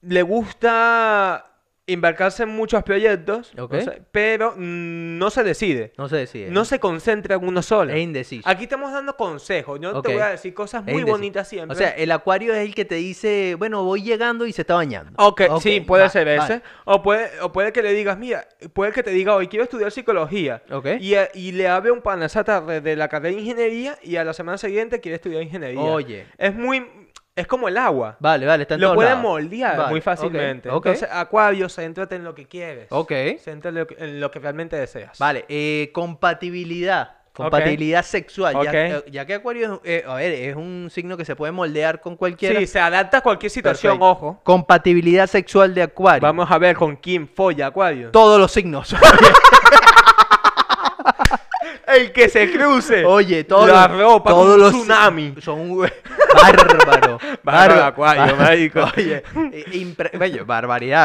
S1: le gusta embarcarse en muchos proyectos,
S2: Ok.
S1: no sé, pero mm, no se decide.
S2: No sé decide.
S1: No se concentra en uno solo.
S2: Es indeciso.
S1: Aquí estamos dando consejos. Yo
S2: Ok.
S1: te voy a decir cosas
S2: Es
S1: muy
S2: indeciso.
S1: bonitas siempre.
S2: O sea, el acuario es el que te dice, bueno, voy llegando y se está bañando.
S1: Ok,
S2: Ok,
S1: sí, puede
S2: va-
S1: ser ese.
S2: vale.
S1: O, puede, o puede que le digas, mira, puede que te diga hoy quiero estudiar psicología.
S2: Ok.
S1: Y, a- y le hable un pan esa tarde de la carrera de ingeniería y a la semana siguiente quiere estudiar ingeniería.
S2: Oye.
S1: Es muy. Es como el agua.
S2: Vale, vale, está en
S1: Lo
S2: todos
S1: puede
S2: lados.
S1: moldear
S2: Vale,
S1: muy
S2: ok,
S1: fácilmente.
S2: ok.
S1: Entonces, Acuario, céntrate en lo que quieres.
S2: Ok.
S1: Céntrate en lo que, en lo que realmente deseas.
S2: Vale, eh, compatibilidad. Compatibilidad sexual.
S1: Ok.
S2: Ya, eh, ya que Acuario es, eh, a ver, es un signo que se puede moldear con cualquiera.
S1: Sí, se adapta a cualquier situación,
S2: Perfecto.
S1: ojo.
S2: Compatibilidad sexual de Acuario.
S1: Vamos a ver con quién folla Acuario.
S2: Todos los signos. *laughs*
S1: El que se cruce.
S2: *laughs* Oye, todos
S1: la
S2: los,
S1: ropa
S2: todos
S1: con un
S2: los
S1: tsunami.
S2: Son un hue- *laughs* bárbaro.
S1: *laughs* Bárbaro,
S2: *laughs*
S1: Acuario, marico.
S2: Oye, eh, impre- bello, barbaridad,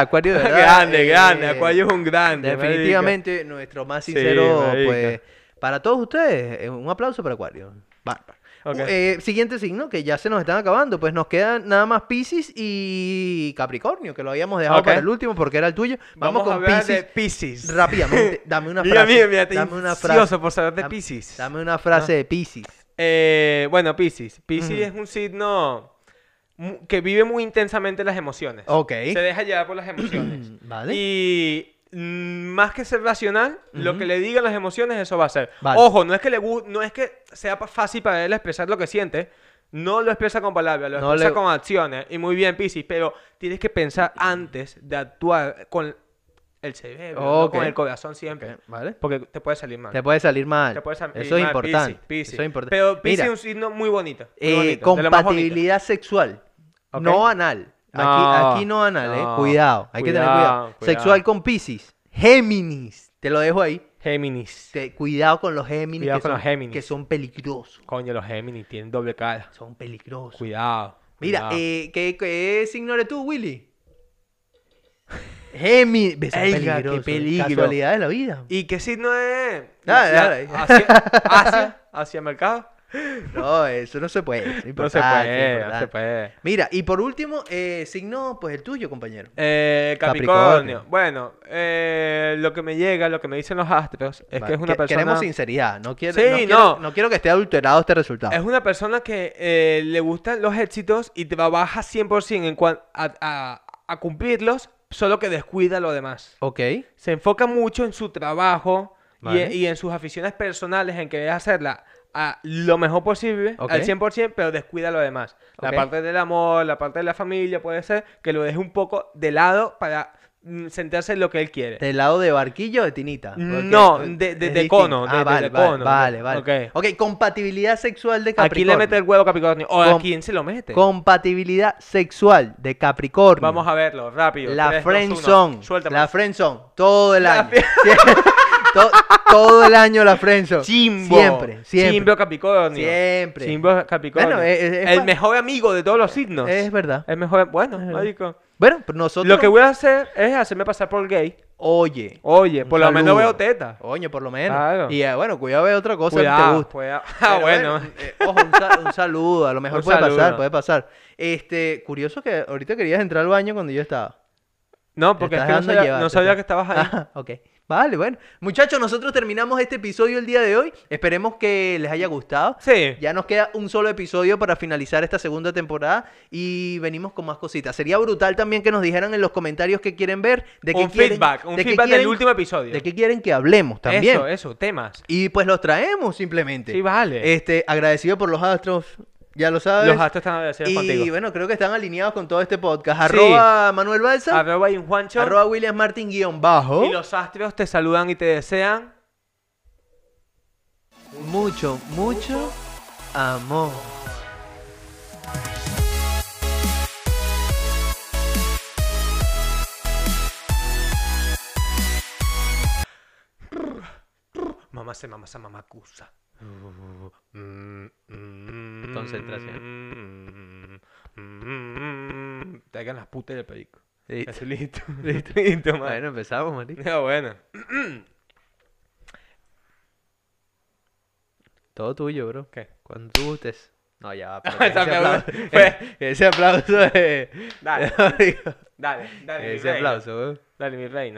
S1: *laughs*
S2: Acuario de verdad,
S1: grande,
S2: eh,
S1: grande. Acuario es un grande. marico.
S2: Definitivamente nuestro más sincero,
S1: marica.
S2: pues, para todos ustedes, eh, un aplauso para Acuario. Bárbaro.
S1: Ok.
S2: U- eh, siguiente signo que ya se nos están acabando, pues nos quedan nada más Piscis y Capricornio, que lo habíamos dejado
S1: Ok.
S2: para el último porque era el tuyo.
S1: Vamos,
S2: Vamos,
S1: a
S2: con
S1: hablar de
S2: Piscis
S1: Pisces.
S2: rápidamente. Dame
S1: *laughs*
S2: una
S1: Mira,
S2: frase.
S1: mira, mira, te
S2: dame una frase.
S1: ansioso por saber de
S2: Dame-
S1: Pisces.
S2: Dame una frase de Piscis.
S1: Eh, bueno, Pisces. Pisces
S2: Ujú.
S1: es un signo mu- que vive muy intensamente las emociones.
S2: Ok.
S1: Se deja llevar por las
S2: *clears throat*
S1: emociones.
S2: Vale.
S1: Y mm, más que ser racional, lo que le digan las emociones, eso va a ser.
S2: Vale.
S1: Ojo, no es que le gu- no es que sea pa- fácil para él expresar lo que siente. No lo expresa con palabras, lo
S2: No
S1: expresa
S2: le-
S1: con acciones. Y muy bien, Pisces, pero tienes que pensar antes de actuar con el cerebro, no
S2: Ok.
S1: con el corazón siempre.
S2: Ok, vale.
S1: Porque te puede salir mal.
S2: Te puede salir mal.
S1: Te puedes am-
S2: Eso es
S1: llamar
S2: importante.
S1: Piscis, Piscis.
S2: Eso es importante.
S1: Pero Pisces
S2: Mira,
S1: es un signo muy bonito. muy
S2: eh,
S1: bonito, de lo más bonito.
S2: compatibilidad sexual.
S1: Ok.
S2: No anal. Aquí,
S1: No,
S2: aquí no anal, eh.
S1: no.
S2: Cuidado. Hay que tener
S1: Cuidado,
S2: cuidado.
S1: cuidado.
S2: Sexual con Piscis. Géminis. Te lo dejo ahí.
S1: Géminis.
S2: Te- cuidado con los Géminis.
S1: Cuidado
S2: que
S1: con
S2: son,
S1: los Géminis.
S2: Que son peligrosos.
S1: Coño, los Géminis tienen doble cara.
S2: Son peligrosos.
S1: Cuidado.
S2: Mira,
S1: cuidado.
S2: eh, ¿qué, qué signo eres tú, Willy? Géminis. Ves, son
S1: Elga, qué
S2: peligrosos.
S1: peligro.
S2: Casualidad de la vida.
S1: ¿Y qué signo es? La-
S2: Dale, dale.
S1: Hacia,
S2: *laughs*
S1: hacia, hacia mercado.
S2: No, eso no se puede. es
S1: No se
S2: importante, es
S1: puede, no
S2: importante.
S1: se puede.
S2: Mira, y por último, eh, signo, pues el tuyo, compañero.
S1: Eh,
S2: Capricornio.
S1: Capricornio. Bueno, eh, lo que me llega, lo que me dicen los astros, es
S2: Vale,
S1: que es una
S2: que- Queremos
S1: persona.
S2: sinceridad. No quiero,
S1: Sí,
S2: no, quiero,
S1: no.
S2: no quiero que esté adulterado este resultado.
S1: Es una persona que eh, le gustan los éxitos y trabaja 100% en cuan- a, a- a cumplirlos, solo que descuida lo demás.
S2: Ok.
S1: se enfoca mucho en su trabajo y- e-
S2: Vale.
S1: y, en sus aficiones personales, en querer hacerla a lo mejor posible,
S2: Ok.
S1: al 100%, pero descuida lo demás. La
S2: Ok.
S1: parte del amor, la parte de la familia, puede ser que lo deje un poco de lado para mm, centrarse en lo que él quiere.
S2: ¿Del lado de barquillo o de tinita? Porque
S1: No, de- de-
S2: es
S1: de
S2: distinto.
S1: cono, de-
S2: Ah,
S1: de-
S2: vale,
S1: de
S2: vale,
S1: cono.
S2: Vale, vale.
S1: Ok.
S2: ok, compatibilidad sexual de
S1: Aquí
S2: Capricornio.
S1: le mete el huevo Capricornio. ¿O a
S2: Com-
S1: quién se lo mete?
S2: Compatibilidad sexual de Capricornio.
S1: Vamos a verlo, rápido.
S2: La
S1: Tres, dos,
S2: friend
S1: uno.
S2: zone.
S1: Suéltame.
S2: La friend zone. Todo el
S1: La
S2: año. *laughs* todo, todo el año la friend zone.
S1: Chimbo.
S2: Siempre, siempre.
S1: Chimbo Capricornio.
S2: Siempre.
S1: Chimbo Capricornio.
S2: Bueno, es- es-
S1: el
S2: es-
S1: mejor amigo de todos los signos.
S2: Es verdad.
S1: El mejor. Bueno,
S2: verdad.
S1: marico.
S2: Bueno, pero nosotros.
S1: Lo que voy a hacer es hacerme pasar por gay.
S2: Oye.
S1: Oye,
S2: un
S1: por lo menos
S2: saludo.
S1: veo teta.
S2: Oye, por lo menos.
S1: Claro.
S2: Y eh, bueno, cuidado de otra cosa que te
S1: Cuidado,
S2: guste.
S1: cuidado. *laughs* Ah,
S2: Pero
S1: bueno.
S2: eh, ojo, un, sa- un saludo. A lo
S1: *laughs*
S2: mejor
S1: Un
S2: puede pasar,
S1: saludo.
S2: puede pasar. Este, curioso que ahorita querías entrar al baño cuando yo estaba.
S1: No,
S2: Te
S1: porque es
S2: estás
S1: que no
S2: dando
S1: sabía,
S2: llevar,
S1: no
S2: te
S1: sabía
S2: estás-
S1: que estabas ahí.
S2: Ah, ok. Vale, bueno. Muchachos, nosotros terminamos este episodio el día de hoy. Esperemos que les haya gustado.
S1: Sí.
S2: Ya nos queda un solo episodio para finalizar esta segunda temporada y venimos con más cositas. Sería brutal también que nos dijeran en los comentarios qué quieren ver, de qué
S1: un
S2: quieren,
S1: feedback, un
S2: de qué
S1: feedback del
S2: quieren-
S1: último episodio.
S2: de qué quieren que hablemos también.
S1: Eso, eso, temas.
S2: Y pues los traemos simplemente.
S1: Sí, vale.
S2: Este, agradecido por los astros, ya lo sabes.
S1: Los astros están agradecidos
S2: y
S1: contigo.
S2: bueno, creo que están alineados con todo este podcast.
S1: Sí.
S2: Arroba Manuel Balsa,
S1: Arroba y un Juancho.
S2: arroba William Martin guión bajo.
S1: Y los astros te saludan y te desean.
S2: Mucho, mucho amor.
S1: Mamá se mamá se mamá acusa.
S2: Concentración.
S1: Te hagan las putas del perico. Así,
S2: Listo. *laughs*
S1: Listo. Listo. Listo, *laughs* man.
S2: Bueno, empezamos, marico.
S1: Ya, bueno. *laughs*
S2: Todo tuyo, bro.
S1: ¿Qué?
S2: Cuando tú gustes. No, ya
S1: *laughs*
S2: va. pero
S1: Ese
S2: ese, aplauso,
S1: aplauso fue-
S2: *laughs* ese aplauso de...
S1: Dale.
S2: *laughs* marico,
S1: Dale, dale. mi
S2: ese
S1: reina.
S2: aplauso, weón.
S1: Dale, mi reina.